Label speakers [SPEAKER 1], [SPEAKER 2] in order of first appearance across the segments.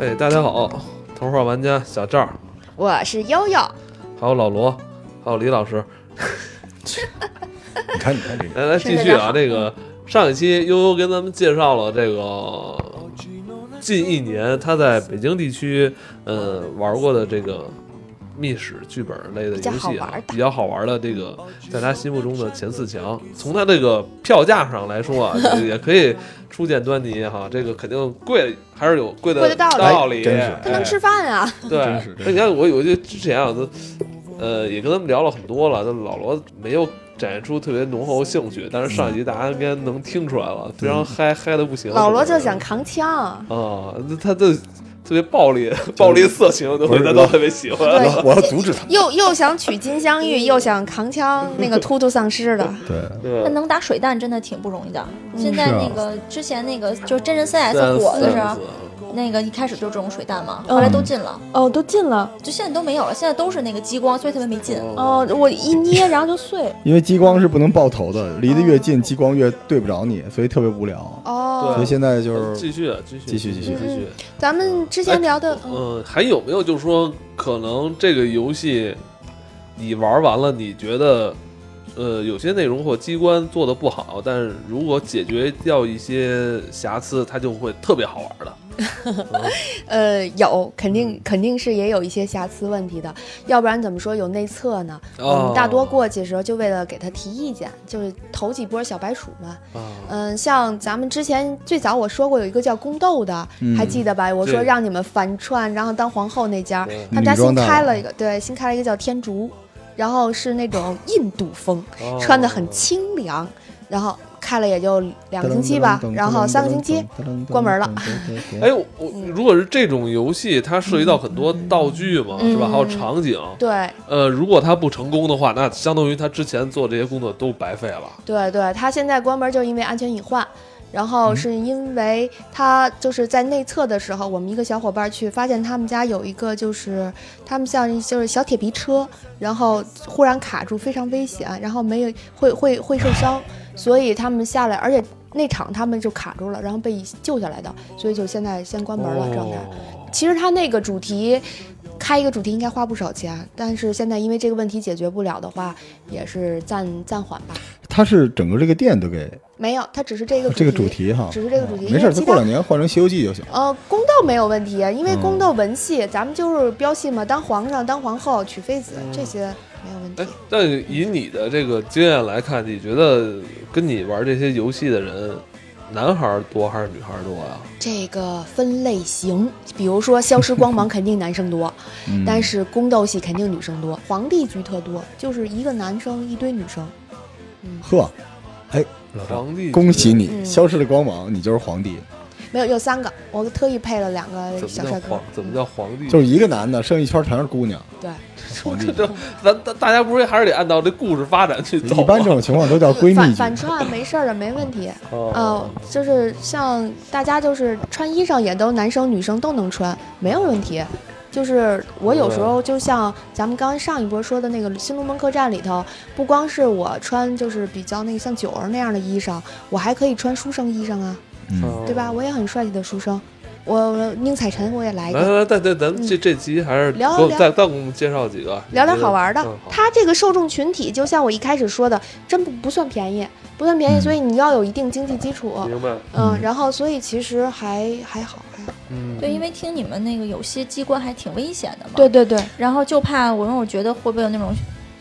[SPEAKER 1] 哎，大家好，头号玩家小赵，
[SPEAKER 2] 我是悠悠，
[SPEAKER 1] 还有老罗，还有李老师，
[SPEAKER 3] 你看，你看这个，
[SPEAKER 1] 来来继续啊，这个上一期悠悠跟咱们介绍了这个近一年他在北京地区嗯玩过的这个密室剧本类的
[SPEAKER 2] 比较
[SPEAKER 1] 游戏
[SPEAKER 2] 好玩
[SPEAKER 1] 啊
[SPEAKER 2] 的，
[SPEAKER 1] 比较好玩的这个，在他心目中的前四强，从他这个票价上来说啊， 这个也可以初见端倪哈，这个肯定贵还是有贵
[SPEAKER 2] 贵
[SPEAKER 1] 的
[SPEAKER 2] 的道
[SPEAKER 1] 理，
[SPEAKER 2] 理
[SPEAKER 3] 哎真是
[SPEAKER 1] 哎
[SPEAKER 2] 他能吃饭啊，
[SPEAKER 1] 对
[SPEAKER 3] 真是，真
[SPEAKER 1] 那你看我有就之前啊，都呃也跟他们聊了很多了，但老罗没有展现出特别浓厚的兴趣，但是上一
[SPEAKER 3] 嗯
[SPEAKER 1] 集大家应该能听出来了，非常嗨嗨的不行。
[SPEAKER 2] 老罗
[SPEAKER 1] 整
[SPEAKER 2] 就
[SPEAKER 1] 个人
[SPEAKER 2] 想扛枪，
[SPEAKER 1] 啊，那他的特别暴力、暴力色情的东西，
[SPEAKER 3] 不
[SPEAKER 1] 大
[SPEAKER 3] 是
[SPEAKER 1] 家都特别喜欢。
[SPEAKER 2] 对
[SPEAKER 3] 我我要阻止他。
[SPEAKER 2] 又又想娶金镶玉，又想扛枪那个突突丧尸的，
[SPEAKER 3] 对，
[SPEAKER 1] 对
[SPEAKER 4] 那能打水弹真的挺不容易的。
[SPEAKER 2] 嗯
[SPEAKER 4] 现在
[SPEAKER 3] 是啊
[SPEAKER 4] 那个之前那个就是真人 CS
[SPEAKER 1] 三
[SPEAKER 4] 火的时
[SPEAKER 1] 三
[SPEAKER 4] 候
[SPEAKER 1] 四，
[SPEAKER 4] 那个一开始就这种水弹嘛，
[SPEAKER 2] 嗯
[SPEAKER 4] 后来都禁了，
[SPEAKER 2] 哦，都进了，
[SPEAKER 4] 就现在都没有了，现在都是那个激光，所以特别没劲。
[SPEAKER 2] 哦，我一捏然后就碎，
[SPEAKER 3] 因为激光是不能爆头的，离得越近，
[SPEAKER 2] 嗯
[SPEAKER 3] 激光越对不着你，所以特别无聊。
[SPEAKER 2] 哦
[SPEAKER 3] 所以，现在就
[SPEAKER 1] 嗯
[SPEAKER 3] 是
[SPEAKER 1] 继续继续
[SPEAKER 3] 继续继续
[SPEAKER 1] 继
[SPEAKER 2] 嗯
[SPEAKER 1] 续。
[SPEAKER 2] 咱们之前聊的，嗯
[SPEAKER 1] 嗯，还有没有就是说，可能这个游戏你玩完了，你觉得呃有些内容或机关做的不好，但是如果解决掉一些瑕疵，它就会特别好玩的。
[SPEAKER 2] 呃，有肯定肯定是也有一些瑕疵问题的，要不然怎么说有内测呢？
[SPEAKER 1] 哦
[SPEAKER 2] 我
[SPEAKER 1] 啊
[SPEAKER 2] 们嗯大多过去的时候就为了给他提意见，就是头几波小白鼠嘛，
[SPEAKER 1] 啊，
[SPEAKER 2] 嗯，像咱们之前最早我说过有一个叫宫斗的，
[SPEAKER 3] 嗯
[SPEAKER 2] 还记得吧？我说
[SPEAKER 1] 对
[SPEAKER 2] 让你们反串，然后当皇后那家，
[SPEAKER 1] 对
[SPEAKER 2] 他们家
[SPEAKER 3] 女装
[SPEAKER 2] 新
[SPEAKER 3] 大
[SPEAKER 2] 开
[SPEAKER 3] 佬
[SPEAKER 2] 了一个，对，新开了一个叫天竺，然后是那种印度风，
[SPEAKER 1] 哦
[SPEAKER 2] 穿的很清凉，然后开了也就两个星期吧，然后三个星期，，关门了。
[SPEAKER 1] 哎，我我如果是这种游戏，它涉及到很多道具嘛，
[SPEAKER 2] 嗯
[SPEAKER 1] 是吧？还有场景。
[SPEAKER 2] 对
[SPEAKER 1] 呃，如果它不成功的话，那相当于他之前做这些工作都白费了。
[SPEAKER 2] 对对，他现在关门就因为安全隐患。然后是因为他就是在内测的时候，我们一个小伙伴去发现他们家有一个就是他们像就是小铁皮车，然后忽然卡住，非常危险，然后没有会会会受伤，所以他们下来，而且那场他们就卡住了，然后被救下来的，所以就现在先关门了状态。
[SPEAKER 1] 哦
[SPEAKER 2] 其实他那个主题，开一个主题应该花不少钱，但是现在因为这个问题解决不了的话，也是暂暂缓吧。
[SPEAKER 3] 他是整个这个店都给
[SPEAKER 2] 没有，它只是这个
[SPEAKER 3] 啊这个主题哈，
[SPEAKER 2] 只是这个主题
[SPEAKER 3] 没事
[SPEAKER 2] 因为
[SPEAKER 3] 儿，他
[SPEAKER 2] 其他
[SPEAKER 3] 过两年换成《西游记》就行。
[SPEAKER 2] 呃，宫斗没有问题，因为
[SPEAKER 3] 嗯
[SPEAKER 2] 宫斗文戏，咱们就是标戏嘛，当皇上、当皇后、娶妃子这些没有问
[SPEAKER 1] 哎
[SPEAKER 2] 题。，
[SPEAKER 1] 但以你的这个经验来看，你觉得跟你玩这些游戏的人，男孩儿多还是女孩儿多呀、
[SPEAKER 2] 这个分类型，比如说《消失光芒》肯定男生多，
[SPEAKER 3] 嗯
[SPEAKER 2] 但是宫斗戏肯定女生多，皇帝局特多，就是一个男生一堆女生。
[SPEAKER 3] 呵，哎，老赵，
[SPEAKER 1] 皇帝，
[SPEAKER 3] 恭喜！你
[SPEAKER 2] 嗯
[SPEAKER 3] 消失的光芒，你就是皇帝，
[SPEAKER 2] 没有，有三个，我特意配了两个
[SPEAKER 1] 怎
[SPEAKER 2] 小
[SPEAKER 1] 么叫
[SPEAKER 2] 帅哥
[SPEAKER 1] 皇？。怎么叫皇帝？
[SPEAKER 3] 就是一个男的，剩一圈全是姑娘，
[SPEAKER 2] 对，
[SPEAKER 3] 皇 帝。
[SPEAKER 1] 这咱大大家不是还是得按照这故事发展去走啊吗？
[SPEAKER 3] 一般这种情况都叫闺
[SPEAKER 2] 啊反
[SPEAKER 3] 蜜
[SPEAKER 2] 反
[SPEAKER 3] 剧，
[SPEAKER 2] 串没事儿的，没问题。
[SPEAKER 1] 哦
[SPEAKER 2] 哦，就是像大家就是穿衣裳也都男生女生都能穿，没有问题。就是我有时候就像咱们刚刚上一波说的那个《新龙门客栈》里头，不光是我穿就是比较那个像九儿那样的衣裳，我还可以穿书生衣裳啊，
[SPEAKER 3] 嗯，
[SPEAKER 1] 哦
[SPEAKER 2] 对吧？？我也很帅气的书生，我宁采臣我也来一
[SPEAKER 1] 来
[SPEAKER 2] 个。嗯
[SPEAKER 1] 来来，咱咱咱这这集还是给
[SPEAKER 2] 聊
[SPEAKER 1] 我
[SPEAKER 2] 聊
[SPEAKER 1] 再再给我们介绍几个，
[SPEAKER 2] 聊点好玩的
[SPEAKER 1] 嗯。好
[SPEAKER 2] 它这个受众群体，就像我一开始说的，真不不算便宜，不算便宜，
[SPEAKER 3] 嗯
[SPEAKER 2] 所以你要有一定经济基础。
[SPEAKER 1] 明白？
[SPEAKER 2] 嗯，
[SPEAKER 3] 嗯
[SPEAKER 2] 然后所以其实还还好，还好。
[SPEAKER 1] 嗯，
[SPEAKER 4] 对，因为听你们那个有些机关还挺危险的嘛。
[SPEAKER 2] 对。对对，
[SPEAKER 4] 然后就怕我，因为我觉得会不会有那种，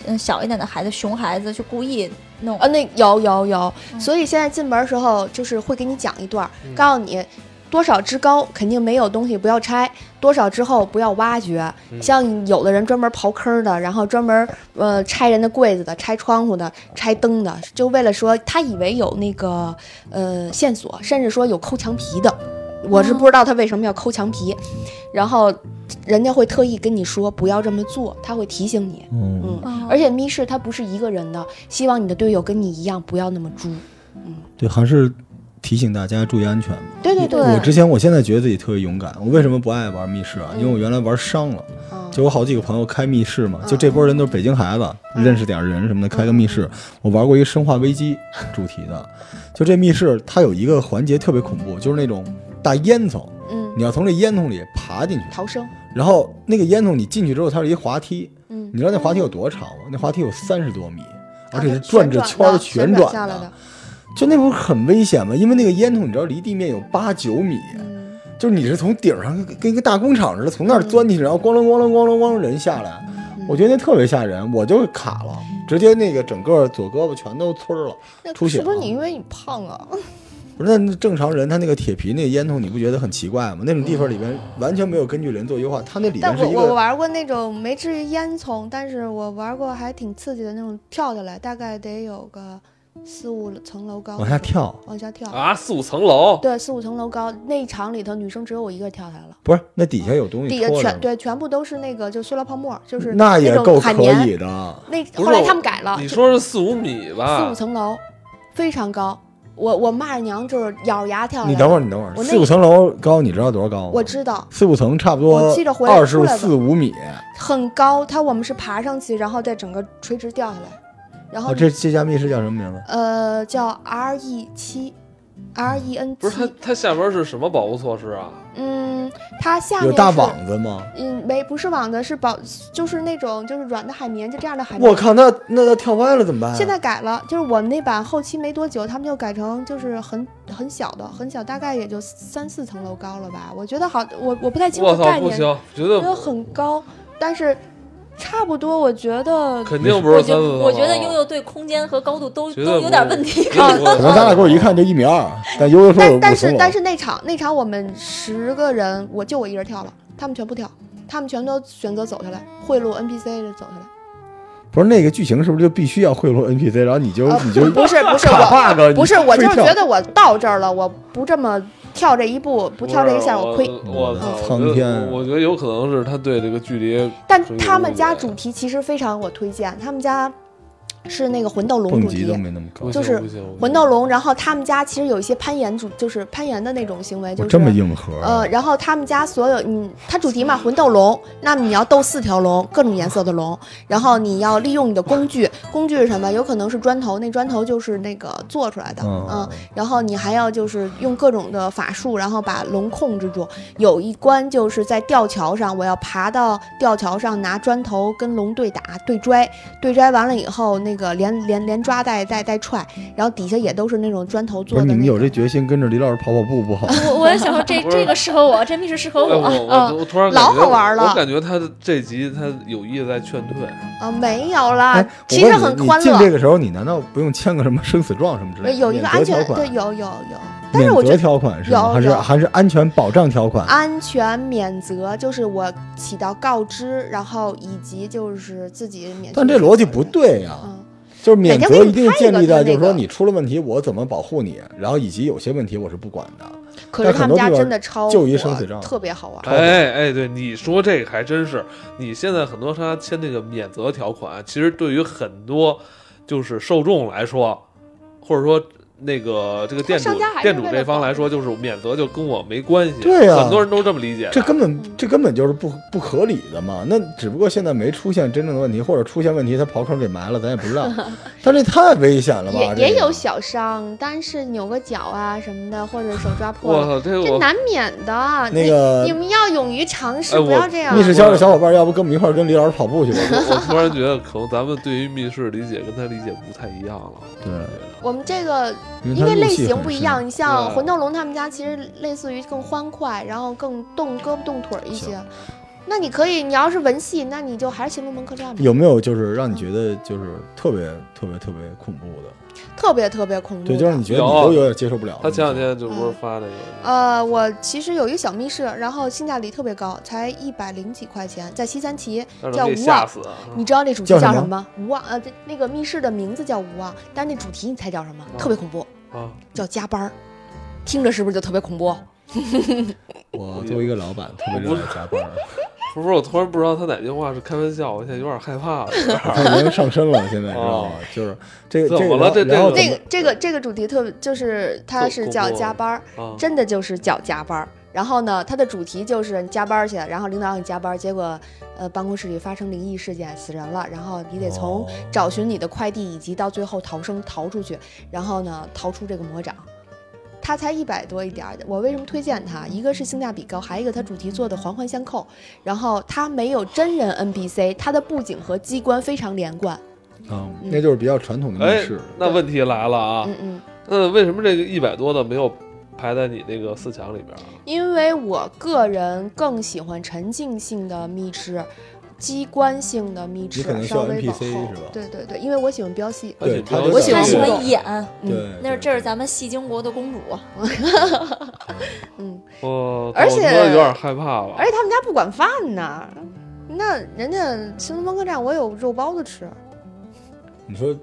[SPEAKER 4] 嗯，小一点的孩子，熊孩子，就故意弄。
[SPEAKER 2] 呃，那有有有，
[SPEAKER 4] 嗯
[SPEAKER 2] 所以现在进门儿时候就是会给你讲一段儿，
[SPEAKER 1] 嗯
[SPEAKER 2] 告诉你。多少之高肯定没有东西不要拆，多少之后不要挖掘。
[SPEAKER 1] 嗯
[SPEAKER 2] 像有的人专门刨坑儿的，然后专门呃拆人的柜子的、拆窗户的、拆灯的，就为了说他以为有那个呃线索，甚至说有抠墙皮的。我是不知道他为什么要抠墙皮，然后人家会特意跟你说不要这么做，他会提醒你。
[SPEAKER 3] 嗯，
[SPEAKER 2] 嗯，
[SPEAKER 4] 嗯
[SPEAKER 2] 而且密室它不是一个人的，希望你的队友跟你一样，不要那么猪。
[SPEAKER 3] 对，还是提醒大家注意安全吧。
[SPEAKER 2] 对对
[SPEAKER 4] 对
[SPEAKER 3] 我之前，我现在觉得自己特别勇敢。我为什么不爱玩密室啊？因为我原来玩伤了，
[SPEAKER 2] 嗯
[SPEAKER 3] 就我好几个朋友开密室嘛，就这波人都是北京孩子，
[SPEAKER 2] 嗯
[SPEAKER 3] 认识点人什么的，开个密室。我玩过一个《生化危机》主题的，就这密室它有一个环节特别恐怖，就是那种大烟囱，
[SPEAKER 2] 嗯嗯
[SPEAKER 3] 你要从这烟囱里爬进去，
[SPEAKER 2] 逃生，
[SPEAKER 3] 然后那个烟囱你进去之后，它是一滑梯，
[SPEAKER 2] 嗯
[SPEAKER 3] 你，知道那滑梯有多长吗？那滑梯有三十多米，而且是
[SPEAKER 2] 啊
[SPEAKER 3] 转着圈儿
[SPEAKER 2] 的
[SPEAKER 3] 旋
[SPEAKER 2] 转
[SPEAKER 3] 转
[SPEAKER 2] 下来的，，
[SPEAKER 3] 就那不是很危险吗？因为那个烟囱你知道离地面有八九米，
[SPEAKER 2] 嗯，
[SPEAKER 3] 就是你是从顶上跟跟一个大工厂似的从那儿钻进去，然后咣啷咣啷咣啷咣啷人下来，
[SPEAKER 2] 嗯
[SPEAKER 3] 我觉得那特别吓人，我就卡了，直接那个整个左胳膊全都村儿了。
[SPEAKER 2] 那
[SPEAKER 3] 出血
[SPEAKER 2] 是不是
[SPEAKER 3] 了
[SPEAKER 2] 你因为你胖啊？
[SPEAKER 3] 不是，那正常人他那个铁皮那个烟囱，你不觉得很奇怪吗？那种地方里边完全没有根据人做优化，它那里
[SPEAKER 2] 嗯但
[SPEAKER 3] 边是
[SPEAKER 2] 我
[SPEAKER 3] 一
[SPEAKER 2] 我
[SPEAKER 3] 个
[SPEAKER 2] 玩过那种没至于烟囱，但是我玩过还挺刺激的那种跳下来，大概得有个四五层楼高，
[SPEAKER 3] 往下，跳，
[SPEAKER 2] 往下跳，
[SPEAKER 1] 啊，四五层楼，
[SPEAKER 2] 对，四五层楼高。那一场里头，女生只有我一个跳下来了，
[SPEAKER 3] 不是那底下有东西
[SPEAKER 2] 底下
[SPEAKER 3] 拖着
[SPEAKER 2] 全对，全部都是那个就塑料泡沫，就是
[SPEAKER 3] 那也
[SPEAKER 2] 种
[SPEAKER 3] 够
[SPEAKER 2] 海
[SPEAKER 3] 可
[SPEAKER 2] 绵。
[SPEAKER 3] 以的。
[SPEAKER 2] 那
[SPEAKER 1] 是
[SPEAKER 2] 后来他们改了，
[SPEAKER 1] 你
[SPEAKER 2] 就
[SPEAKER 1] 说是四五米
[SPEAKER 2] 四
[SPEAKER 3] 啊
[SPEAKER 1] 吧
[SPEAKER 2] 五？层楼，非常高。我我骂着娘就是咬着牙跳下来。
[SPEAKER 3] 你等会儿，，你等会儿，
[SPEAKER 2] 我那
[SPEAKER 3] 四五层楼高，你知道多少高吗？
[SPEAKER 2] 我知道
[SPEAKER 3] 四五层差不多
[SPEAKER 2] 我记着回来
[SPEAKER 3] 二十
[SPEAKER 2] 出来吧
[SPEAKER 3] 四五米。
[SPEAKER 2] 很高，它我们是爬上去，然后再整个垂直掉下来，然后
[SPEAKER 3] 哦，这这家密室叫什么名字？
[SPEAKER 2] 呃，叫 R E 七，R E N
[SPEAKER 1] 不是，它
[SPEAKER 2] 七。
[SPEAKER 1] 它下边是什么保护措施啊？
[SPEAKER 2] 嗯，它下面
[SPEAKER 3] 有大
[SPEAKER 2] 是
[SPEAKER 3] 网子吗？
[SPEAKER 2] 嗯，没不是网子，是保，就是那种就是软的海绵，就这样的海绵。
[SPEAKER 3] 我！靠，那那要跳歪了怎么办啊？
[SPEAKER 2] 现在改了，就是我们那版后期没多久，他们就改成就是很很小的，很小，大概也就三四层楼高了吧。我觉得好，我我不太清
[SPEAKER 1] 我
[SPEAKER 2] 楚
[SPEAKER 1] 操，
[SPEAKER 2] 概
[SPEAKER 1] 不
[SPEAKER 2] 念，
[SPEAKER 1] 行，绝
[SPEAKER 2] 觉
[SPEAKER 1] 对
[SPEAKER 2] 得很高，但是差不多，我觉得
[SPEAKER 1] 肯定不是
[SPEAKER 4] 我
[SPEAKER 1] 三四啊
[SPEAKER 4] 觉
[SPEAKER 1] 层楼。
[SPEAKER 4] 我觉得悠悠对空间和高度都
[SPEAKER 1] 绝
[SPEAKER 4] 都
[SPEAKER 1] 对
[SPEAKER 4] 有点问题
[SPEAKER 1] 不。是
[SPEAKER 2] 啊
[SPEAKER 3] 可能咱俩给我一看就一米二，但悠悠说
[SPEAKER 2] 但
[SPEAKER 3] 有五
[SPEAKER 2] 但
[SPEAKER 3] 层
[SPEAKER 2] 是
[SPEAKER 3] 楼。
[SPEAKER 2] 但是那场那场我们十个人，我就我一人跳了，他们全部跳，他们全都选择走下来，贿赂 NPC 的走下来。
[SPEAKER 3] 不是那个剧情是不是就必须要贿赂 NPC，然后你就
[SPEAKER 2] 呃
[SPEAKER 3] 你就
[SPEAKER 2] 不是不是我
[SPEAKER 3] 卡 bug？
[SPEAKER 2] 不是
[SPEAKER 3] 你
[SPEAKER 2] 我就
[SPEAKER 3] 非
[SPEAKER 2] 是
[SPEAKER 3] 跳
[SPEAKER 2] 觉得我到这儿了，我不这么跳这一步，不跳这一下我亏。
[SPEAKER 1] 我操！
[SPEAKER 3] 苍
[SPEAKER 1] 我觉得
[SPEAKER 3] 天啊
[SPEAKER 1] 我觉得有可能是他对这个距离
[SPEAKER 2] 但
[SPEAKER 1] 是有
[SPEAKER 2] 他们家
[SPEAKER 1] 点
[SPEAKER 2] 主题其实非常我推荐，他们家是那个魂斗龙
[SPEAKER 3] 蹦
[SPEAKER 2] 主
[SPEAKER 3] 极
[SPEAKER 2] 题
[SPEAKER 3] 都。没那么高
[SPEAKER 1] 不行。
[SPEAKER 2] 就是
[SPEAKER 1] 不行不行
[SPEAKER 2] 魂斗龙，然后他们家其实有一些攀岩主，就是攀岩的那种行为，就
[SPEAKER 3] 我
[SPEAKER 2] 是
[SPEAKER 3] 这么硬核啊，
[SPEAKER 2] 呃，然后他们家所有，嗯，它主题嘛，魂斗龙，那么你要斗四条龙，各种颜色的龙，然后你要利用你的工具，工具是什么？有可能是砖头，那砖头就是那个做出来的，
[SPEAKER 3] 嗯
[SPEAKER 2] 嗯，然后你还要就是用各种的法术，然后把龙控制住。有一关就是在吊桥上，我要爬到吊桥上拿砖头跟龙对打对拽，对拽完了以后，那个连连连抓带带带踹，然后底下也都是那种砖头
[SPEAKER 3] 不
[SPEAKER 2] 做的、
[SPEAKER 3] 是你
[SPEAKER 2] 那
[SPEAKER 3] 们有
[SPEAKER 2] 个
[SPEAKER 3] 这决心跟着李老师跑跑步不好？
[SPEAKER 4] 我我也想说这
[SPEAKER 1] 不是
[SPEAKER 4] 这个适合我，这密室适合
[SPEAKER 1] 哎
[SPEAKER 4] 我。
[SPEAKER 1] 我
[SPEAKER 4] 嗯
[SPEAKER 1] 我我突然
[SPEAKER 2] 啊老
[SPEAKER 1] 感觉
[SPEAKER 2] 好玩了
[SPEAKER 1] 我感觉他这集他有意在劝退。
[SPEAKER 2] 啊，没有啦，
[SPEAKER 3] 哎，我
[SPEAKER 2] 其实
[SPEAKER 3] 问你
[SPEAKER 2] 很
[SPEAKER 3] 你
[SPEAKER 2] 欢乐。
[SPEAKER 3] 进这个时候，你难道不用签个什么生死状什么之类
[SPEAKER 2] 呃
[SPEAKER 3] 的？
[SPEAKER 2] 有一个
[SPEAKER 3] 免责
[SPEAKER 2] 安全
[SPEAKER 3] 条，
[SPEAKER 2] 对，
[SPEAKER 3] 款，
[SPEAKER 2] 有有有，但是我
[SPEAKER 3] 免
[SPEAKER 2] 觉得
[SPEAKER 3] 责条款是吗？
[SPEAKER 2] 有
[SPEAKER 3] 还是
[SPEAKER 2] 有
[SPEAKER 3] 还是安全保障条款？
[SPEAKER 2] 安全免责就是我起到告知，然后以及就是自己免去责任。
[SPEAKER 3] 但这逻辑不对啊呀、
[SPEAKER 2] 嗯，
[SPEAKER 3] 就是免责一定建立在
[SPEAKER 2] 每天给你拍一个
[SPEAKER 3] 就是
[SPEAKER 2] 就
[SPEAKER 3] 说
[SPEAKER 2] 那个
[SPEAKER 3] 你出了问题我怎么保护你，然后以及有些问题我是不管的。
[SPEAKER 2] 可是
[SPEAKER 3] 但
[SPEAKER 2] 他们
[SPEAKER 3] 很多
[SPEAKER 2] 家
[SPEAKER 3] 地方
[SPEAKER 2] 真的超
[SPEAKER 3] 就一
[SPEAKER 2] 火
[SPEAKER 3] 生死仗
[SPEAKER 2] 特别好玩。
[SPEAKER 3] 好的
[SPEAKER 1] 哎哎，对，你说这个还真是，你现在很多商家签那个免责条款，其实对于很多就是受众来说，或者说那个这个店主
[SPEAKER 2] 商家还是
[SPEAKER 1] 店主
[SPEAKER 2] 为了
[SPEAKER 1] 这方
[SPEAKER 2] 保
[SPEAKER 1] 来说，就是免责就跟我没关系。
[SPEAKER 3] 对呀
[SPEAKER 1] 很多人都这么理解的。
[SPEAKER 3] 这根本
[SPEAKER 2] 嗯
[SPEAKER 3] 这根本就是不不合理的嘛。那只不过现在没出现真正的问题，或者出现问题他刨坑给埋了，咱也不知 道。但这太危险了吧？
[SPEAKER 2] 也
[SPEAKER 3] 这个
[SPEAKER 2] 也有小伤，但是扭个脚啊什么的，或者手抓破
[SPEAKER 1] 我
[SPEAKER 2] 了，
[SPEAKER 1] 操，这
[SPEAKER 2] 这
[SPEAKER 1] 我
[SPEAKER 2] 难免的。
[SPEAKER 3] 那
[SPEAKER 2] 你
[SPEAKER 3] 个啊
[SPEAKER 2] 你们要勇于尝试，
[SPEAKER 1] 哎
[SPEAKER 2] 不
[SPEAKER 1] 我
[SPEAKER 2] 要这样
[SPEAKER 3] 密。室销售小伙伴，要不跟我们一块儿跟李老师跑步去吧？
[SPEAKER 1] 我突然觉得，可能咱们对于密室理解跟他理解不太一样了。我觉
[SPEAKER 3] 对
[SPEAKER 1] 得
[SPEAKER 2] 我们这个
[SPEAKER 3] 因
[SPEAKER 2] 因为
[SPEAKER 3] 它入
[SPEAKER 2] 类
[SPEAKER 3] 戏
[SPEAKER 2] 型
[SPEAKER 3] 很
[SPEAKER 2] 不一
[SPEAKER 3] 深。
[SPEAKER 2] 样，你像
[SPEAKER 1] 对
[SPEAKER 2] 魂斗龙他们家其实类似于更欢快，然后更动胳膊动腿儿一些。那你可以，你要是文戏，那你就还是《情龙门客栈》吧，
[SPEAKER 3] 有没有就是让你觉得就是特别特别特别恐怖的？
[SPEAKER 2] 特别特别恐怖的。
[SPEAKER 3] 对，就让你觉得你
[SPEAKER 1] 有
[SPEAKER 3] 都有点接受不了。
[SPEAKER 1] 他前两天就不是发那个，
[SPEAKER 2] 嗯呃，我其实有一个小密室，然后性价比特别高，才一百零几块钱，在西三旗。
[SPEAKER 1] 让
[SPEAKER 2] 叫
[SPEAKER 1] 人给
[SPEAKER 2] 无
[SPEAKER 1] 吓
[SPEAKER 2] 望
[SPEAKER 1] 死啊。
[SPEAKER 2] 你知道那主题
[SPEAKER 3] 嗯叫什
[SPEAKER 2] 叫
[SPEAKER 3] 么
[SPEAKER 2] 什么吗？无望，呃，这那个密室的名字叫无望，但是那主题你猜叫什么？特别恐怖，
[SPEAKER 1] 啊，
[SPEAKER 2] 叫加班儿。听着是不是就特别恐
[SPEAKER 3] 嗯
[SPEAKER 2] 怖？
[SPEAKER 3] 我作为一个老板，特别热爱加班儿，
[SPEAKER 1] 不是，我突然不知道他哪句话是开玩笑，我现在有点害怕 了。
[SPEAKER 3] 他已经上身了，现在知道吗
[SPEAKER 1] 哦？
[SPEAKER 3] 就是这个
[SPEAKER 1] 怎
[SPEAKER 3] 这
[SPEAKER 1] 么
[SPEAKER 3] 个，
[SPEAKER 1] 了这
[SPEAKER 3] 然后
[SPEAKER 1] 这
[SPEAKER 2] 那个这个这个主题特别，就是它
[SPEAKER 1] 特
[SPEAKER 2] 是
[SPEAKER 1] 恐
[SPEAKER 2] 叫
[SPEAKER 1] 怖
[SPEAKER 2] 加班儿，
[SPEAKER 1] 啊，
[SPEAKER 2] 真的就是叫加班儿。然后呢，它的主题就是你加班儿去，然后领导让你加班儿，结果呃办公室里发生灵异事件，死人了，然后你得从
[SPEAKER 3] 哦
[SPEAKER 2] 找寻你的快递以及到最后逃生逃出去，然后呢逃出这个魔掌。它才一百多一点儿。我为什么推荐它？一个是性价比高，还有一个它主题做的环环相扣，然后它没有真人 NPC，它的布景和机关非常连贯。
[SPEAKER 3] 嗯，那就是比较传统的密
[SPEAKER 1] 哎
[SPEAKER 3] 室。，
[SPEAKER 1] 那问题来了啊，
[SPEAKER 2] 嗯嗯。
[SPEAKER 1] 那为什么这个一百多的没有排在你那个四强里边啊？
[SPEAKER 2] 因为我个人更喜欢沉浸性的密室，机关性的密
[SPEAKER 3] 你可能
[SPEAKER 2] 室
[SPEAKER 3] 需
[SPEAKER 2] 稍
[SPEAKER 3] 要
[SPEAKER 2] 微往
[SPEAKER 3] NPC
[SPEAKER 2] 后
[SPEAKER 3] 是吧。
[SPEAKER 2] 对对对，因为我喜欢飙戏。
[SPEAKER 1] 而且
[SPEAKER 3] 对
[SPEAKER 1] 比
[SPEAKER 3] 他
[SPEAKER 1] 较
[SPEAKER 3] 就
[SPEAKER 4] 我喜欢
[SPEAKER 2] 这
[SPEAKER 4] 喜
[SPEAKER 2] 个
[SPEAKER 4] 欢演，
[SPEAKER 2] 嗯
[SPEAKER 3] 对，
[SPEAKER 4] 那
[SPEAKER 3] 对
[SPEAKER 4] 是这是
[SPEAKER 3] 对
[SPEAKER 4] 咱们戏精国的公主，
[SPEAKER 2] 嗯，
[SPEAKER 1] 我
[SPEAKER 2] 而
[SPEAKER 1] 哦我
[SPEAKER 2] 且
[SPEAKER 1] 突然有点害怕了
[SPEAKER 2] 而。且他们家不管饭呢，那人家新东方客栈我有肉包子吃，
[SPEAKER 3] 你说，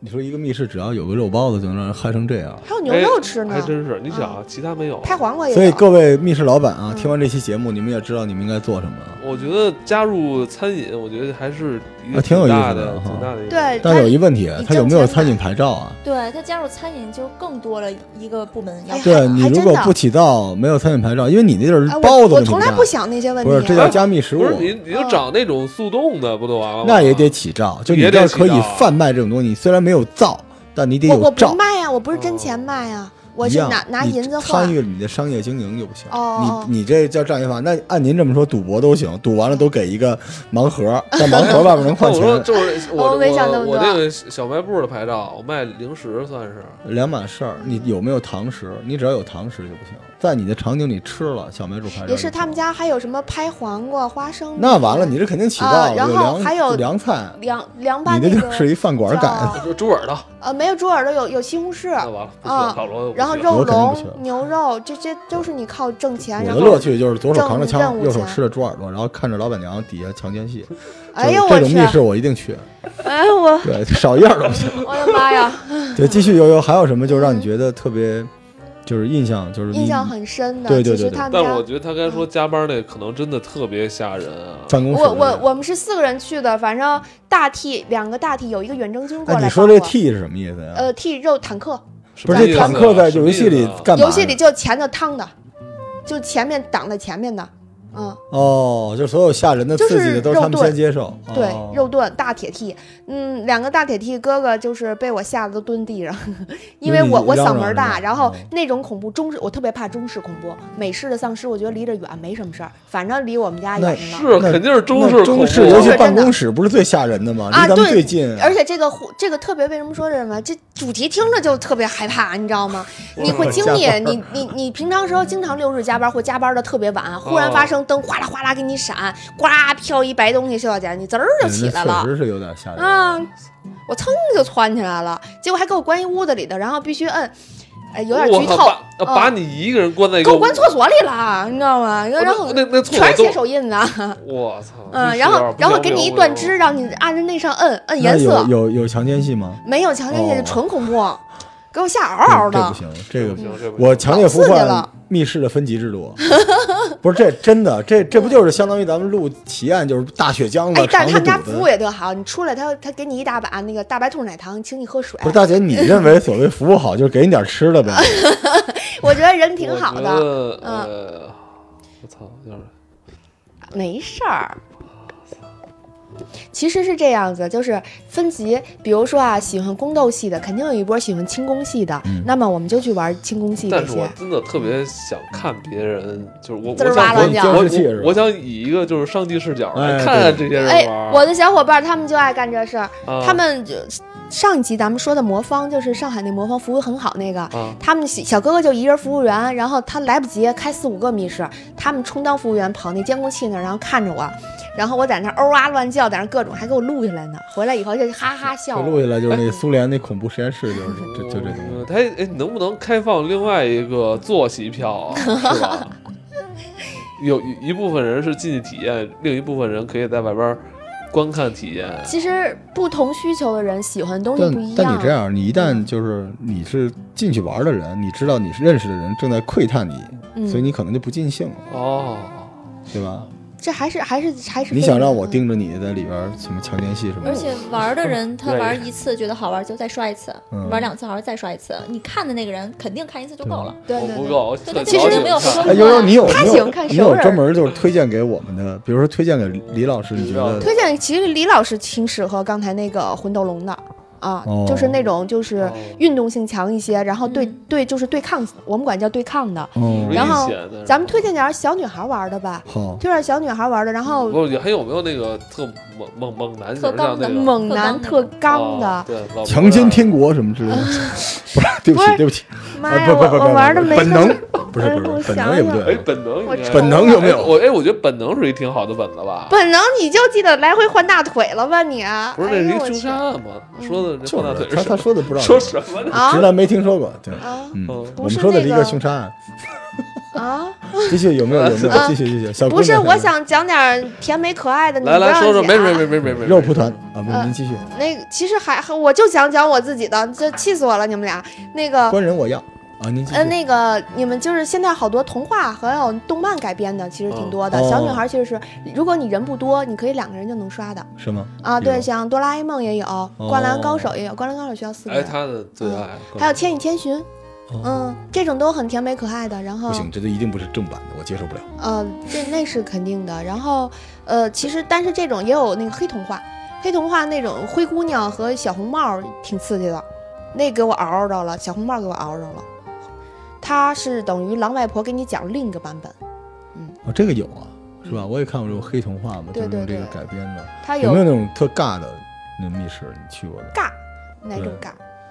[SPEAKER 3] 你说一个密室只要有个肉包子，就能让人嗨成这样。
[SPEAKER 2] 还有牛肉吃呢嗯
[SPEAKER 1] 还，真是，你想啊，其他没有。
[SPEAKER 2] 拍黄瓜也有。
[SPEAKER 3] 哎所以各位密室老板啊，
[SPEAKER 2] 嗯
[SPEAKER 3] 听完这期节目，你们也知道你们应该做什么了。
[SPEAKER 1] 我觉得加入餐饮，我觉得还是一个
[SPEAKER 3] 啊挺有意思
[SPEAKER 1] 大
[SPEAKER 3] 的
[SPEAKER 1] 的，
[SPEAKER 3] 哈
[SPEAKER 1] 挺大的一个。
[SPEAKER 2] 对
[SPEAKER 3] 但有一问题
[SPEAKER 2] 哎
[SPEAKER 3] 啊
[SPEAKER 2] 你，
[SPEAKER 3] 他有
[SPEAKER 2] 挣
[SPEAKER 3] 没有
[SPEAKER 2] 钱
[SPEAKER 3] 餐
[SPEAKER 2] 买
[SPEAKER 3] 饮牌照啊？
[SPEAKER 4] 对他加入餐饮就更多了一个部门要
[SPEAKER 2] 哎
[SPEAKER 3] 对啊
[SPEAKER 2] 还
[SPEAKER 3] 你
[SPEAKER 2] 还
[SPEAKER 3] 如
[SPEAKER 2] 真
[SPEAKER 3] 果
[SPEAKER 2] 的
[SPEAKER 3] 不起到没有餐饮牌照，因为你那地儿是
[SPEAKER 2] 哎
[SPEAKER 3] 包
[SPEAKER 2] 我
[SPEAKER 3] 子
[SPEAKER 2] 我
[SPEAKER 3] 那
[SPEAKER 2] 从
[SPEAKER 3] 么
[SPEAKER 2] 来
[SPEAKER 3] 大
[SPEAKER 2] 不，想那些问
[SPEAKER 3] 不是这
[SPEAKER 2] 题
[SPEAKER 3] 叫
[SPEAKER 2] 啊。
[SPEAKER 3] 加密食物
[SPEAKER 1] 不，是你，你就找那种速冻的，不就完了吗？
[SPEAKER 3] 那也得起照，就你
[SPEAKER 1] 也
[SPEAKER 3] 这
[SPEAKER 1] 得
[SPEAKER 3] 儿
[SPEAKER 1] 起
[SPEAKER 3] 可以
[SPEAKER 1] 照啊
[SPEAKER 3] 贩卖这种东西，虽然没有造，但你得
[SPEAKER 2] 我我
[SPEAKER 3] 有
[SPEAKER 2] 不
[SPEAKER 3] 照。
[SPEAKER 2] 卖呀，我不是真钱卖呀，我
[SPEAKER 3] 哦一
[SPEAKER 2] 是
[SPEAKER 3] 样
[SPEAKER 2] 拿拿
[SPEAKER 3] 你
[SPEAKER 2] 银子换
[SPEAKER 3] 参。与你的商业经营就不行。
[SPEAKER 2] 哦
[SPEAKER 3] 你你这叫障眼法。那按您这么说，赌博都行，赌完了都给一个盲盒，在盲盒外面能
[SPEAKER 1] 那
[SPEAKER 3] 换
[SPEAKER 1] 我说
[SPEAKER 3] 钱，
[SPEAKER 1] 就是我
[SPEAKER 2] 哦我没想那么
[SPEAKER 1] 我
[SPEAKER 2] 多
[SPEAKER 1] 那个小卖部的牌照，我卖零食算是。
[SPEAKER 2] 啊
[SPEAKER 3] 两码事儿。你有没有堂食？你只要有堂食就不行，在你的场景里吃了小卖部牌照
[SPEAKER 2] 也
[SPEAKER 3] 就是行
[SPEAKER 2] 他们。家还有什么拍黄瓜、花生米。
[SPEAKER 3] 那完了，你这肯定起到
[SPEAKER 2] 啊
[SPEAKER 3] 了
[SPEAKER 2] 然
[SPEAKER 3] 有
[SPEAKER 2] 后
[SPEAKER 3] 凉
[SPEAKER 2] 还有
[SPEAKER 3] 凉菜，
[SPEAKER 2] 凉凉拌
[SPEAKER 3] 你那
[SPEAKER 2] 那
[SPEAKER 3] 地儿
[SPEAKER 2] 个
[SPEAKER 3] 是一饭馆改的。
[SPEAKER 2] 叫
[SPEAKER 1] 猪猪耳的，
[SPEAKER 2] 呃，没有猪耳朵，有有西红柿，
[SPEAKER 1] 那完了，不去
[SPEAKER 2] 啊
[SPEAKER 1] 了，老罗。
[SPEAKER 2] 然后
[SPEAKER 1] 不去了
[SPEAKER 2] 肉
[SPEAKER 3] 我肯定不去
[SPEAKER 2] 龙
[SPEAKER 3] 了、
[SPEAKER 2] 牛肉，这这都是你靠挣钱。
[SPEAKER 3] 我
[SPEAKER 2] 然
[SPEAKER 3] 的
[SPEAKER 2] 后，
[SPEAKER 3] 乐趣就是左手扛着
[SPEAKER 2] 挣
[SPEAKER 3] 枪，
[SPEAKER 2] 挣
[SPEAKER 3] 右手
[SPEAKER 2] 钱
[SPEAKER 3] 吃着猪耳朵，然后看着老板娘底下强奸戏。
[SPEAKER 2] 哎呦
[SPEAKER 3] 就
[SPEAKER 2] 我
[SPEAKER 3] 这种密室
[SPEAKER 2] 去，
[SPEAKER 3] 我一定去，
[SPEAKER 2] 哎呦我，
[SPEAKER 3] 对，少一样都不行。
[SPEAKER 2] 我的 妈呀，
[SPEAKER 3] 对，继续悠悠，还有什么就让你觉得特别，就是印象就是你
[SPEAKER 2] 印象很深的。
[SPEAKER 3] 对对
[SPEAKER 2] 其
[SPEAKER 3] 对
[SPEAKER 2] 实
[SPEAKER 3] 对
[SPEAKER 2] 他们
[SPEAKER 1] 但
[SPEAKER 2] 家
[SPEAKER 1] 我，觉得他刚才说加班那可能真的特别吓人啊。
[SPEAKER 3] 办公室
[SPEAKER 2] 我
[SPEAKER 3] 的
[SPEAKER 2] 我
[SPEAKER 3] 人。
[SPEAKER 2] 我们是四个人去的，反正大 T 两个大 T 有一个远征军过
[SPEAKER 3] 哎，
[SPEAKER 2] 来。
[SPEAKER 3] 你说这 T 是什么意思呀？
[SPEAKER 2] 呃 T 肉坦克，
[SPEAKER 1] 什
[SPEAKER 3] 不是
[SPEAKER 1] 么意
[SPEAKER 3] 这
[SPEAKER 1] 思
[SPEAKER 3] 坦
[SPEAKER 1] 啊
[SPEAKER 3] 克在
[SPEAKER 1] 什么
[SPEAKER 3] 游戏
[SPEAKER 1] 意
[SPEAKER 3] 里
[SPEAKER 1] 思啊
[SPEAKER 3] 干嘛呀？
[SPEAKER 2] 游戏里就前头趟的，就前面挡在前面的，嗯。
[SPEAKER 3] 哦，就所有吓人的
[SPEAKER 2] 就
[SPEAKER 3] 刺激
[SPEAKER 2] 是
[SPEAKER 3] 的都是他
[SPEAKER 2] 肉
[SPEAKER 3] 们
[SPEAKER 2] 盾
[SPEAKER 3] 先接受。
[SPEAKER 2] 对
[SPEAKER 3] 哦，
[SPEAKER 2] 肉盾大铁剃，嗯，两个大铁剃哥哥就是被我吓得都蹲地上，因为
[SPEAKER 3] 你
[SPEAKER 2] 我我
[SPEAKER 3] 嚷
[SPEAKER 2] 嗓
[SPEAKER 3] 嚷
[SPEAKER 2] 门
[SPEAKER 3] 是吧
[SPEAKER 2] 大，然后
[SPEAKER 3] 哦
[SPEAKER 2] 那种恐怖中式我特别怕中式恐怖，美式的丧尸我觉得离着远没什么事儿，反正离我们家
[SPEAKER 3] 那
[SPEAKER 2] 远着呢。
[SPEAKER 1] 是肯定是中式
[SPEAKER 3] 那
[SPEAKER 1] 恐
[SPEAKER 3] 中
[SPEAKER 1] 怖啊
[SPEAKER 3] 式，尤其
[SPEAKER 2] 是
[SPEAKER 3] 办
[SPEAKER 2] 真的
[SPEAKER 3] 公室不是最吓人的吗？离
[SPEAKER 2] 啊
[SPEAKER 3] 咱们
[SPEAKER 2] 对
[SPEAKER 3] 最近啊，
[SPEAKER 2] 而且这个互这个特别为什么说是什么？这主题听着就特别害怕，你知道 吗？你会经历
[SPEAKER 3] 加班儿
[SPEAKER 2] 你你你平常时候经常六日加班或加班的特别晚，忽
[SPEAKER 3] 哦
[SPEAKER 2] 然发生灯哗啦哗啦给你闪，呱啦飘一白东西掉下去，你滋儿就起来了
[SPEAKER 3] 那确。实是有点吓人。
[SPEAKER 1] 嗯
[SPEAKER 2] 啊，我噌就窜起来了，结果还给我关一屋子里头，然后必须摁，哎，有点
[SPEAKER 1] 我
[SPEAKER 2] 剧
[SPEAKER 1] 靠
[SPEAKER 2] 透，
[SPEAKER 1] 把
[SPEAKER 2] 嗯
[SPEAKER 1] 把你一个人关在一
[SPEAKER 2] 给
[SPEAKER 1] 个
[SPEAKER 2] 我
[SPEAKER 1] 屋，
[SPEAKER 2] 关厕所里了，你知道吗？
[SPEAKER 1] 那
[SPEAKER 2] 然后
[SPEAKER 1] 那那厕所
[SPEAKER 2] 全是
[SPEAKER 1] 都
[SPEAKER 2] 写手印的，
[SPEAKER 1] 我操！
[SPEAKER 2] 嗯，
[SPEAKER 1] 真是
[SPEAKER 2] 然
[SPEAKER 1] 有
[SPEAKER 2] 后
[SPEAKER 1] 点
[SPEAKER 2] 然后
[SPEAKER 1] 不
[SPEAKER 2] 给
[SPEAKER 1] 行
[SPEAKER 2] 你一
[SPEAKER 1] 不行
[SPEAKER 2] 段
[SPEAKER 1] 不行
[SPEAKER 2] 枝，让你按着那上摁摁
[SPEAKER 3] 那
[SPEAKER 2] 颜色
[SPEAKER 3] 有，有有强奸戏吗？
[SPEAKER 2] 没有强烈
[SPEAKER 3] 哦
[SPEAKER 2] 性纯恐怖，给我吓嗷嗷
[SPEAKER 3] 这这
[SPEAKER 2] 的
[SPEAKER 3] 不。行，这个
[SPEAKER 1] 不行，这不行
[SPEAKER 3] 我强烈呼
[SPEAKER 2] 刺激
[SPEAKER 3] 唤
[SPEAKER 2] 了
[SPEAKER 3] 密室的分级制度。 不是这真的，这这不就是相当于咱们录奇案，就是大血浆
[SPEAKER 2] 哎
[SPEAKER 3] 子，，
[SPEAKER 2] 但
[SPEAKER 3] 肠
[SPEAKER 2] 是他
[SPEAKER 3] 子
[SPEAKER 2] 们家
[SPEAKER 3] 堵
[SPEAKER 2] 服务
[SPEAKER 3] 的。
[SPEAKER 2] 也特好，你出来他他给你一大把那个大白兔奶糖，请你喝水
[SPEAKER 3] 不。是大姐，你认为所谓服务好，就是给你点吃的
[SPEAKER 2] 哎
[SPEAKER 3] 呗？
[SPEAKER 2] 我觉得人挺
[SPEAKER 1] 我
[SPEAKER 2] 好
[SPEAKER 1] 觉
[SPEAKER 2] 的，
[SPEAKER 1] 得
[SPEAKER 2] 嗯
[SPEAKER 1] 呃，我操，有点
[SPEAKER 2] 没事儿。其实是这样子，就是分级，比如说啊，喜欢宫斗戏的，肯定有一波喜欢轻功戏的，那么我们就去玩轻功戏这
[SPEAKER 1] 但是我
[SPEAKER 2] 些。
[SPEAKER 1] 真的特别想看别人，就是我，我
[SPEAKER 2] 滋儿
[SPEAKER 1] 想
[SPEAKER 2] 哇乱叫
[SPEAKER 1] 我
[SPEAKER 3] 监视器是吧
[SPEAKER 1] 我我想以一个就是上帝视角来
[SPEAKER 3] 哎
[SPEAKER 1] 看看这些人
[SPEAKER 2] 哎
[SPEAKER 1] 玩儿。，
[SPEAKER 2] 我的小伙伴他们就爱干这事儿，
[SPEAKER 1] 啊
[SPEAKER 2] 他们就上一集咱们说的魔方，就是上海那魔方服务很好那个，
[SPEAKER 1] 啊，
[SPEAKER 2] 他们小小哥哥就一人服务员，然后他来不及开四五个密室，他们充当服务员跑那监控器那儿，然后看着我，然后我在那儿嗷啊乱叫，在那儿各种还给我录下来呢。回来以后就哈哈笑
[SPEAKER 3] 这
[SPEAKER 2] 我。
[SPEAKER 3] 录下来就是那苏联那恐怖实验室，就是就就这东西。
[SPEAKER 1] 嗯他哎，能不能开放另外一个坐席票啊？是 吧？有一一部分人是进去体验，另一部分人可以在外边儿观看体验。
[SPEAKER 2] 其实不同需求的人喜欢的东西不一
[SPEAKER 3] 但但你这样，你一旦
[SPEAKER 2] 嗯
[SPEAKER 3] 就是你是进去玩的人，你知道你是认识的人正在窥探你，
[SPEAKER 2] 嗯
[SPEAKER 3] 所以你可能就不尽兴了，
[SPEAKER 1] 哦，
[SPEAKER 3] 对吧？
[SPEAKER 2] 这还是还是还是嗯
[SPEAKER 3] 你
[SPEAKER 2] 非
[SPEAKER 3] 想让
[SPEAKER 2] 常
[SPEAKER 3] 我盯着你在里边儿什么强奸戏什么的？
[SPEAKER 4] 而且玩的人他
[SPEAKER 1] 对
[SPEAKER 4] 玩一次觉得好玩就再刷一次，
[SPEAKER 3] 嗯
[SPEAKER 4] 玩两次好玩再刷一次。你看的那个人肯定看一次就够了。
[SPEAKER 2] 对
[SPEAKER 1] 我
[SPEAKER 2] 对
[SPEAKER 1] 不
[SPEAKER 2] 对，
[SPEAKER 1] 够，我
[SPEAKER 4] 对
[SPEAKER 1] 特
[SPEAKER 2] 实
[SPEAKER 4] 其
[SPEAKER 1] 高
[SPEAKER 2] 没
[SPEAKER 1] 兴
[SPEAKER 4] 有
[SPEAKER 1] 看
[SPEAKER 4] 说
[SPEAKER 3] 哎，悠悠，你有
[SPEAKER 2] 他
[SPEAKER 3] 没
[SPEAKER 2] 喜
[SPEAKER 3] 有
[SPEAKER 2] 欢看
[SPEAKER 3] 你
[SPEAKER 2] 熟
[SPEAKER 3] 有
[SPEAKER 2] 人
[SPEAKER 3] 专门就是推荐给我们的，比如说推荐给李老师，你觉
[SPEAKER 1] 李老
[SPEAKER 3] 得
[SPEAKER 1] 师
[SPEAKER 2] 推荐其实李老师挺适合刚才那个魂斗龙的，啊，
[SPEAKER 3] 哦
[SPEAKER 2] 就是那种就是
[SPEAKER 1] 哦
[SPEAKER 2] 运动性强一些，然后对
[SPEAKER 4] 嗯
[SPEAKER 2] 对就是对抗，我们管叫对抗的。
[SPEAKER 3] 嗯
[SPEAKER 1] 危
[SPEAKER 2] 然后
[SPEAKER 1] 险的。
[SPEAKER 2] 咱们推荐点儿小女孩玩的吧，
[SPEAKER 3] 好，
[SPEAKER 2] 推荐小女孩玩的，然后
[SPEAKER 1] 嗯不是还有没有那个特猛猛猛男型
[SPEAKER 4] 特
[SPEAKER 1] 儿像
[SPEAKER 4] 刚
[SPEAKER 1] 那
[SPEAKER 4] 的
[SPEAKER 1] 个
[SPEAKER 2] 猛男特
[SPEAKER 4] 特
[SPEAKER 2] 刚
[SPEAKER 1] 哦
[SPEAKER 2] 的，
[SPEAKER 1] 对老啊
[SPEAKER 3] 强奸
[SPEAKER 1] 天
[SPEAKER 3] 天国什么之类的，不是， 对不
[SPEAKER 2] 不
[SPEAKER 3] 起，
[SPEAKER 2] 是
[SPEAKER 3] 对不起，
[SPEAKER 2] 嗯妈呀，
[SPEAKER 3] 啊不不
[SPEAKER 2] 我
[SPEAKER 3] 不不
[SPEAKER 2] 我玩的
[SPEAKER 3] 不
[SPEAKER 2] 没
[SPEAKER 3] 本
[SPEAKER 2] 事
[SPEAKER 3] 能
[SPEAKER 2] 儿，
[SPEAKER 3] 不是不
[SPEAKER 2] 我
[SPEAKER 3] 是本
[SPEAKER 2] 想
[SPEAKER 3] 能也不
[SPEAKER 2] 想
[SPEAKER 1] 哎
[SPEAKER 3] 对，，啊
[SPEAKER 1] 本能应该
[SPEAKER 2] 我
[SPEAKER 3] 本能有没
[SPEAKER 1] 哎
[SPEAKER 3] 有？
[SPEAKER 1] 我哎，我觉得本能是一挺好的本子吧。
[SPEAKER 2] 本能你就记得来回换大腿了吧你啊？
[SPEAKER 1] 不是
[SPEAKER 2] 哎
[SPEAKER 1] 那
[SPEAKER 2] 呦
[SPEAKER 1] 是一
[SPEAKER 2] 我
[SPEAKER 1] 凶
[SPEAKER 2] 去嗯
[SPEAKER 1] 杀案吗？说的这
[SPEAKER 3] 就
[SPEAKER 1] 放大
[SPEAKER 3] 是
[SPEAKER 1] 腿
[SPEAKER 3] 啊他
[SPEAKER 1] 是
[SPEAKER 3] 他说的不知道，
[SPEAKER 1] 说什么呢？
[SPEAKER 2] 啊
[SPEAKER 3] 直男没听说过，对，
[SPEAKER 2] 啊
[SPEAKER 3] 嗯，
[SPEAKER 1] 嗯
[SPEAKER 2] 不
[SPEAKER 3] 我们
[SPEAKER 2] 是
[SPEAKER 3] 说的
[SPEAKER 2] 那
[SPEAKER 3] 是一
[SPEAKER 2] 个
[SPEAKER 3] 个凶杀案，
[SPEAKER 2] 啊！
[SPEAKER 3] 继续有没有有没有
[SPEAKER 2] 啊
[SPEAKER 3] 继续继续，呃小姑
[SPEAKER 2] 不是，
[SPEAKER 3] 娘嗯
[SPEAKER 2] 我想讲点儿甜美可爱的，你
[SPEAKER 1] 来
[SPEAKER 2] 不
[SPEAKER 1] 来
[SPEAKER 2] 让
[SPEAKER 1] 说说，
[SPEAKER 2] 讲
[SPEAKER 1] 没没没没没没
[SPEAKER 3] 肉蒲团啊，
[SPEAKER 2] 呃
[SPEAKER 3] 不，您继续，
[SPEAKER 2] 那个其实还还我就想讲我自己的，这气死我了，你们俩那个。
[SPEAKER 3] 官人我要啊，您继
[SPEAKER 2] 呃，
[SPEAKER 3] 续，
[SPEAKER 2] 那个你们就是现在好多童话还有动漫改编的，其实
[SPEAKER 1] 嗯
[SPEAKER 2] 挺多的。
[SPEAKER 3] 哦
[SPEAKER 2] 小女孩其实是，如果你人不多，你可以两个人就能刷的
[SPEAKER 3] 是吗？
[SPEAKER 2] 啊。
[SPEAKER 3] 比如
[SPEAKER 2] 对，像哆啦 A 梦也有，
[SPEAKER 3] 哦
[SPEAKER 2] 灌篮高手也有，灌篮高手需要四个
[SPEAKER 1] 哎，
[SPEAKER 2] 人，
[SPEAKER 1] 他的最爱
[SPEAKER 2] 还有千与千寻，
[SPEAKER 3] 哦，
[SPEAKER 2] 嗯，这种都很甜美可爱的。然后
[SPEAKER 3] 不行，这都一定不是正版的，我接受不了。
[SPEAKER 2] 呃，这那是肯定的。然后，呃，其实但是这种也有那个黑童话，黑童话那种灰姑娘和小红帽儿挺刺激的，那给我嗷嗷着了，小红帽儿给我嗷着了。它是等于狼外婆给你讲另一个版本，
[SPEAKER 3] 哦，这个有啊，是吧？我也看过这种黑童话嘛，就
[SPEAKER 2] 嗯对
[SPEAKER 3] 是
[SPEAKER 2] 对
[SPEAKER 3] 用这个
[SPEAKER 2] 对
[SPEAKER 3] 改编的。
[SPEAKER 2] 它
[SPEAKER 3] 有没有那种特尬的那密室？你去过的，
[SPEAKER 2] 尬，哪种尬？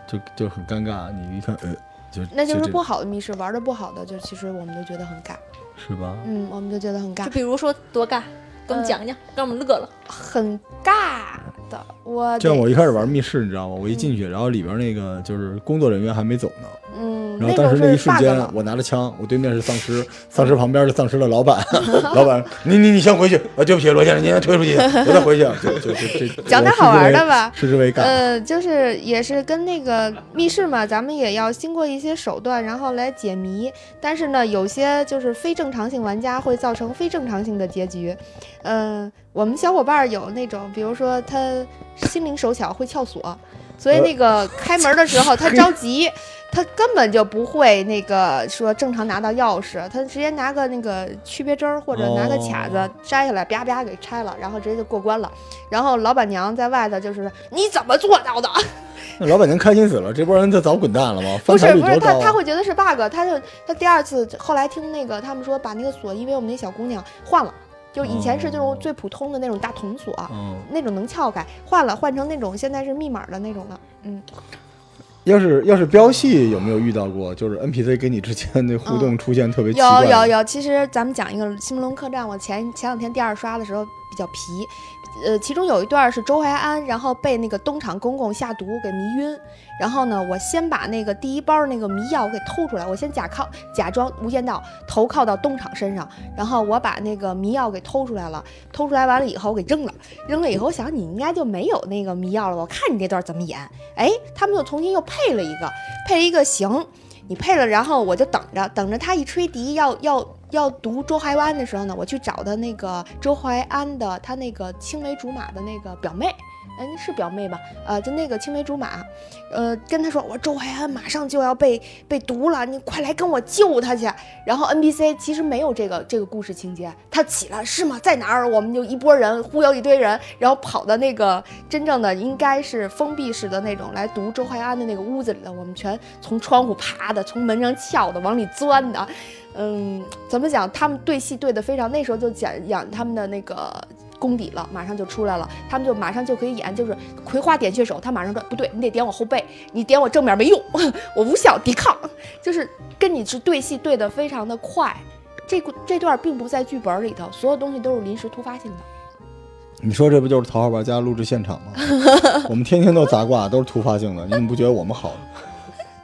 [SPEAKER 3] 就就很尴尬，你一看，呃，就
[SPEAKER 2] 那就是
[SPEAKER 3] 这
[SPEAKER 2] 不好的密室，玩的不好的，就其实我们都觉得很尬，
[SPEAKER 3] 是吧？
[SPEAKER 2] 嗯，我们就觉得很尬
[SPEAKER 4] 就，比如说多尬，给我们讲讲，让我们乐了。
[SPEAKER 2] 很尬的。我
[SPEAKER 3] 就
[SPEAKER 2] 得
[SPEAKER 3] 像我一开始玩密室，你知道吗？我一进去，然后里边那个就是工作人员还没走呢，
[SPEAKER 2] 嗯，
[SPEAKER 3] 然后
[SPEAKER 2] 种
[SPEAKER 3] 当时那一
[SPEAKER 2] 是
[SPEAKER 3] 瞬
[SPEAKER 2] bug
[SPEAKER 3] 间
[SPEAKER 2] 了，
[SPEAKER 3] 我拿着枪，我对面是丧尸，丧尸旁边是丧尸的老板， 老板，你你你先回去啊！对不起，罗先生，您先退出去，我再回去。啊就就就这
[SPEAKER 2] 讲点好玩的，吧
[SPEAKER 3] 我。视之为视之为尬。
[SPEAKER 2] 呃，就是也是跟那个密室嘛，咱们也要经过一些手段，然后来解谜。但是呢，有些就是非正常性玩家会造成非正常性的结局。嗯、我们小伙伴儿有那种，比如说他心灵手巧，会撬锁，所以那
[SPEAKER 3] 呃
[SPEAKER 2] 个开门的时 候他着急，他根本就不会那个说正常拿到钥匙，他直接拿个那个区别针儿或者拿个卡子
[SPEAKER 3] 哦
[SPEAKER 2] 摘下来，啪啪给拆了，然后直接就过关了。然后老板娘在外头就是你怎么做到的？
[SPEAKER 3] 那老板娘开心死了，这波人他早滚蛋了吗？
[SPEAKER 2] 不
[SPEAKER 3] 翻
[SPEAKER 2] 是
[SPEAKER 3] 台率
[SPEAKER 2] 不是，
[SPEAKER 3] 多
[SPEAKER 2] 他
[SPEAKER 3] 高
[SPEAKER 2] 他
[SPEAKER 3] 啊？
[SPEAKER 2] 会觉得是 bug，他就他第二次后来听那个他们说把那个锁，因为我们那小姑娘换了，就以前是这种
[SPEAKER 3] 哦
[SPEAKER 2] 最普通的那种大铜锁，
[SPEAKER 3] 嗯，
[SPEAKER 2] 那种能撬开，换了换成那种现在是密码的那种了。嗯，
[SPEAKER 3] 要是要是飙戏有没有遇到过？就是 NPC 跟你之间的互动出现特别奇怪
[SPEAKER 2] 嗯有
[SPEAKER 3] 的，
[SPEAKER 2] 有有，其实咱们讲一个《新闻龙客栈》，我前前两天第二刷的时候比较皮，呃，其中有一段是周淮安，然后被那个东厂公公下毒给迷晕，然后呢，我先把那个第一包那个迷药给偷出来，我先假靠假装无间道投靠到东厂身上，然后我把那个迷药给偷出来了，偷出来完了以后我给扔了，扔了以后我想你应该就没有那个迷药了，我看你这段怎么演，哎，他们又重新又配了一个，配了一个行。你配了，然后我就等着，等着他一吹笛要要要读周淮安的时候呢，我去找他那个周淮安的他那个青梅竹马的那个表妹，嗯，是表妹吧？呃，就那个青梅竹马，呃，跟他说，我说周淮安马上就要被被毒了，你快来跟我救他去。然后 NPC 其实没有这个这个故事情节，他起来是吗？在哪儿？我们就一拨人忽悠一堆人，然后跑到那个真正的应该是封闭式的那种来读周淮安的那个屋子里了，我们全从窗户爬的，从门上撬的，往里钻的。嗯，怎么讲？他们对戏对的非常，那时候就讲演他们的那个功底了，马上就出来了，他们就马上就可以演，就是葵花点穴手，他马上说不对，你得点我后背，你点我正面没用， 我无效抵抗，就是跟你是对戏对的非常的快。这个这段并不在剧本里头，所有东西都是临时突发性的。
[SPEAKER 3] 你说这不就是《桃花玩家》录制 现场吗？我们天天都砸挂，都是突发性的，你怎么不觉得我们好？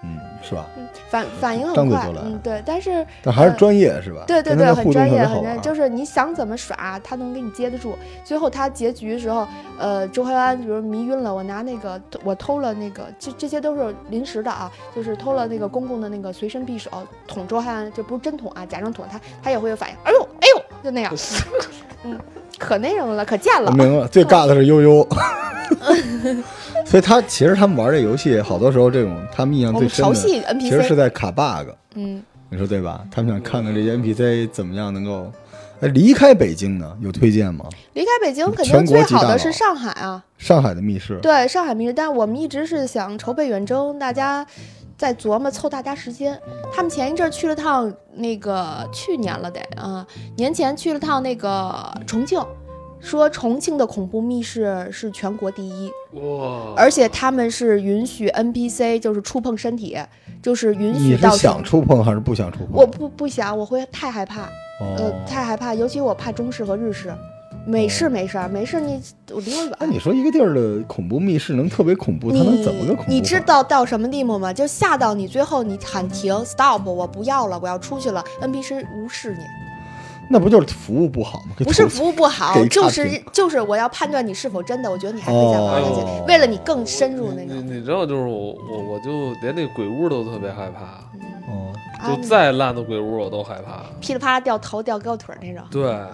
[SPEAKER 3] 嗯，是吧？
[SPEAKER 2] 嗯，反反应
[SPEAKER 3] 张
[SPEAKER 2] 很
[SPEAKER 3] 嘴
[SPEAKER 2] 快
[SPEAKER 3] 就，来
[SPEAKER 2] 嗯，对，但是
[SPEAKER 3] 啊
[SPEAKER 2] 呃
[SPEAKER 3] 但还是专业是吧？
[SPEAKER 2] 嗯对对
[SPEAKER 3] 跟
[SPEAKER 2] 对，
[SPEAKER 3] 他们
[SPEAKER 2] 很
[SPEAKER 3] 互动
[SPEAKER 2] 专
[SPEAKER 3] 特
[SPEAKER 2] 业，
[SPEAKER 3] 别
[SPEAKER 2] 很
[SPEAKER 3] 好啊
[SPEAKER 2] 专业，
[SPEAKER 3] 玩。
[SPEAKER 2] 就是你想怎么耍，他能给你接得住。最后他结局的时候，呃，周淮安比如迷晕了，我拿那个我偷了那个，这这些都是临时的啊，就是偷了那个公公的那个随身匕首捅周淮安，这不是真捅啊，假装捅他，他也会有反应，哎呦哎呦，就 那样，嗯，可那什么了，可贱
[SPEAKER 3] 我
[SPEAKER 2] 了，
[SPEAKER 3] 明白了，最尬的是悠悠。
[SPEAKER 2] 哦
[SPEAKER 3] 所以他其实他们玩这游戏，好多时候这种他们印象
[SPEAKER 2] 我
[SPEAKER 3] 最
[SPEAKER 2] 们
[SPEAKER 3] 深
[SPEAKER 2] 调
[SPEAKER 3] 的，
[SPEAKER 2] 戏
[SPEAKER 3] 其实是
[SPEAKER 2] NPC，
[SPEAKER 3] 在卡 bug，
[SPEAKER 2] 嗯，
[SPEAKER 3] 你说对吧？他们想看看这些 NPC 怎么样能够呃，离开北京呢，有推荐吗？
[SPEAKER 2] 离开北京肯
[SPEAKER 3] 全
[SPEAKER 2] 定
[SPEAKER 3] 嗯国
[SPEAKER 2] 最
[SPEAKER 3] 级
[SPEAKER 2] 好
[SPEAKER 3] 大
[SPEAKER 2] 的
[SPEAKER 3] 佬
[SPEAKER 2] 是上海啊，
[SPEAKER 3] 上海的密室，
[SPEAKER 2] 对上海名人，但我们一直是想筹备远征，大家在琢磨凑大家时间。他们前一阵儿去了趟那个去年了得啊、年前去了趟那个重庆，说重庆的恐怖密室是全国第一，
[SPEAKER 1] 哇，
[SPEAKER 2] 而且他们是允许 NPC 就是触碰身体，就是允
[SPEAKER 3] 你
[SPEAKER 2] 许
[SPEAKER 3] 是
[SPEAKER 2] 到
[SPEAKER 3] 想触碰还是不想触碰？
[SPEAKER 2] 我不不想，我会太害怕，呃，
[SPEAKER 3] 哦，
[SPEAKER 2] 太害怕，尤其我怕中式和日式。美式没事儿，美式你我离我远。
[SPEAKER 3] 那你说一个地儿的恐怖密室能特别恐怖，它能怎么个恐怖法？
[SPEAKER 2] 你知道到什么地步吗？就吓到你，最后你喊停，stop，我不要了，我要出去了。NPC 无视你，
[SPEAKER 3] 那不就是服务不好吗？给
[SPEAKER 2] 不是
[SPEAKER 3] 投诉
[SPEAKER 2] 服务不好
[SPEAKER 3] 给，差
[SPEAKER 2] 就是
[SPEAKER 3] 评
[SPEAKER 2] 就是我要判断你是否真的，我觉得你还会再玩下去，
[SPEAKER 3] 哦
[SPEAKER 2] 为了你更深入那
[SPEAKER 1] 你
[SPEAKER 2] 种。
[SPEAKER 1] 你你知道，就是我我我就连那鬼屋都特别害怕，
[SPEAKER 3] 哦，
[SPEAKER 2] 啊嗯
[SPEAKER 1] 就再烂的鬼屋我都害怕。
[SPEAKER 2] 噼里啪啦掉头掉胳膊腿儿那种。
[SPEAKER 1] 对，
[SPEAKER 2] 啊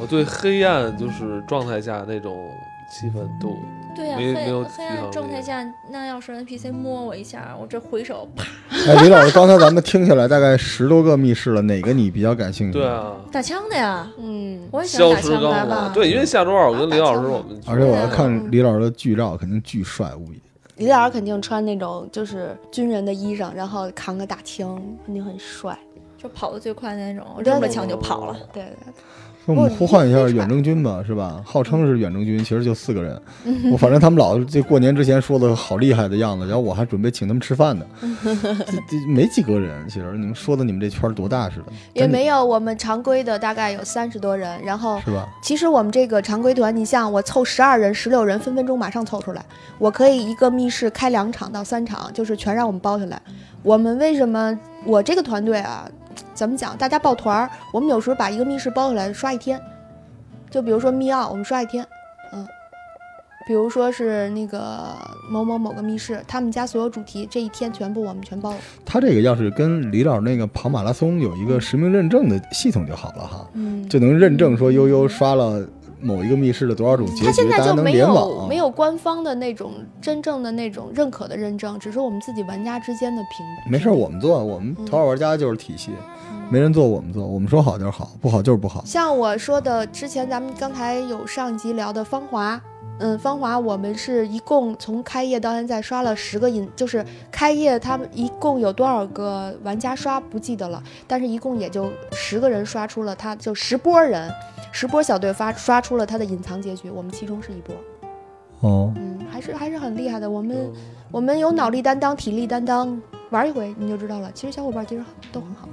[SPEAKER 1] 我对黑暗就是状态下那种气氛都
[SPEAKER 4] 对呀、
[SPEAKER 1] 没没有
[SPEAKER 4] 黑
[SPEAKER 1] 抵
[SPEAKER 4] 黑
[SPEAKER 1] 抗
[SPEAKER 4] 暗状
[SPEAKER 1] 力
[SPEAKER 4] 态下，那要是 NPC 摸我一下，我这回手啪
[SPEAKER 3] 哎，李老师，刚才咱们听下来大概十多个密室了，哪个你比较感兴趣？
[SPEAKER 1] 对，啊，
[SPEAKER 4] 打枪的呀，
[SPEAKER 2] 嗯，
[SPEAKER 4] 我也想
[SPEAKER 1] 消
[SPEAKER 4] 打
[SPEAKER 1] 失
[SPEAKER 4] 枪
[SPEAKER 1] 刚
[SPEAKER 4] 的
[SPEAKER 1] 果
[SPEAKER 4] 吧。。
[SPEAKER 1] 对，因为下周二我跟李老师
[SPEAKER 2] 啊打枪
[SPEAKER 1] 我
[SPEAKER 2] 嘛
[SPEAKER 1] 们去，
[SPEAKER 3] 而且我
[SPEAKER 2] 啊
[SPEAKER 3] 还看李老师的剧照，肯定巨帅无疑。
[SPEAKER 2] 李老师肯定穿那种就是军人的衣裳，然后扛个大枪，肯定很帅。
[SPEAKER 4] 就跑得最快的那种，我
[SPEAKER 2] 对
[SPEAKER 4] 扔了枪就跑了。
[SPEAKER 2] 对对对，
[SPEAKER 3] 那我们
[SPEAKER 2] 不
[SPEAKER 3] 呼唤一下
[SPEAKER 2] 哦你
[SPEAKER 3] 远征军吧，是吧？号称是远征军，其实就四个人。
[SPEAKER 2] 嗯
[SPEAKER 3] 我反正他们老这过年之前说的好厉害的样子，然后我还准备请他们吃饭呢。 这这没几个人，其实你们说的你们这圈儿多大似的，
[SPEAKER 2] 也
[SPEAKER 3] 真的
[SPEAKER 2] 没有我们常规的大概有三十多人，然后
[SPEAKER 3] 是吧？
[SPEAKER 2] 其实我们这个常规团，你像我凑十二人、十六人，分分钟马上凑出来。我可以一个密室开两场到三场，就是全让我们包下来。我们为什么我这个团队啊，怎么讲？大家抱团儿，我们有时候把一个密室包下来刷一天，就比如说密奥，我们刷一天，嗯，比如说是那个某某某个密室，他们家所有主题这一天全部我们全包了。
[SPEAKER 3] 他这个要是跟李老师那个跑马拉松有一个实名认证的系统就好了哈，
[SPEAKER 2] 嗯，
[SPEAKER 3] 就能认证说悠悠刷了某一个密室的多少种结
[SPEAKER 2] 他现
[SPEAKER 3] 局，
[SPEAKER 2] 在
[SPEAKER 3] 大家
[SPEAKER 2] 就
[SPEAKER 3] 能
[SPEAKER 2] 没
[SPEAKER 3] 联
[SPEAKER 2] 有
[SPEAKER 3] 网。啊
[SPEAKER 2] 没有官方的那种真正的那种认可的认证，只是我们自己玩家之间的评。
[SPEAKER 3] 没事儿，我们做，我们
[SPEAKER 2] 嗯
[SPEAKER 3] 头号玩家就是体系，没人做我们做，我们说好就是好，不好就是不好。
[SPEAKER 2] 像我说的，之前咱们刚才有上一集聊的《芳华》，嗯，《芳华》我们是一共从开业到现在刷了十个引，就是开业他们一共有多少个玩家刷不记得了，但是一共也就十个人刷出了他，就十波人，十波小队发刷出了他的隐藏结局，我们其中是一波，
[SPEAKER 3] 哦，
[SPEAKER 2] 嗯，还是还是很厉害的，我们。
[SPEAKER 1] 嗯
[SPEAKER 2] 我们有脑力担当、体力担当，玩一回你就知道了。其实小伙伴其实都很
[SPEAKER 3] 嗯
[SPEAKER 2] 好。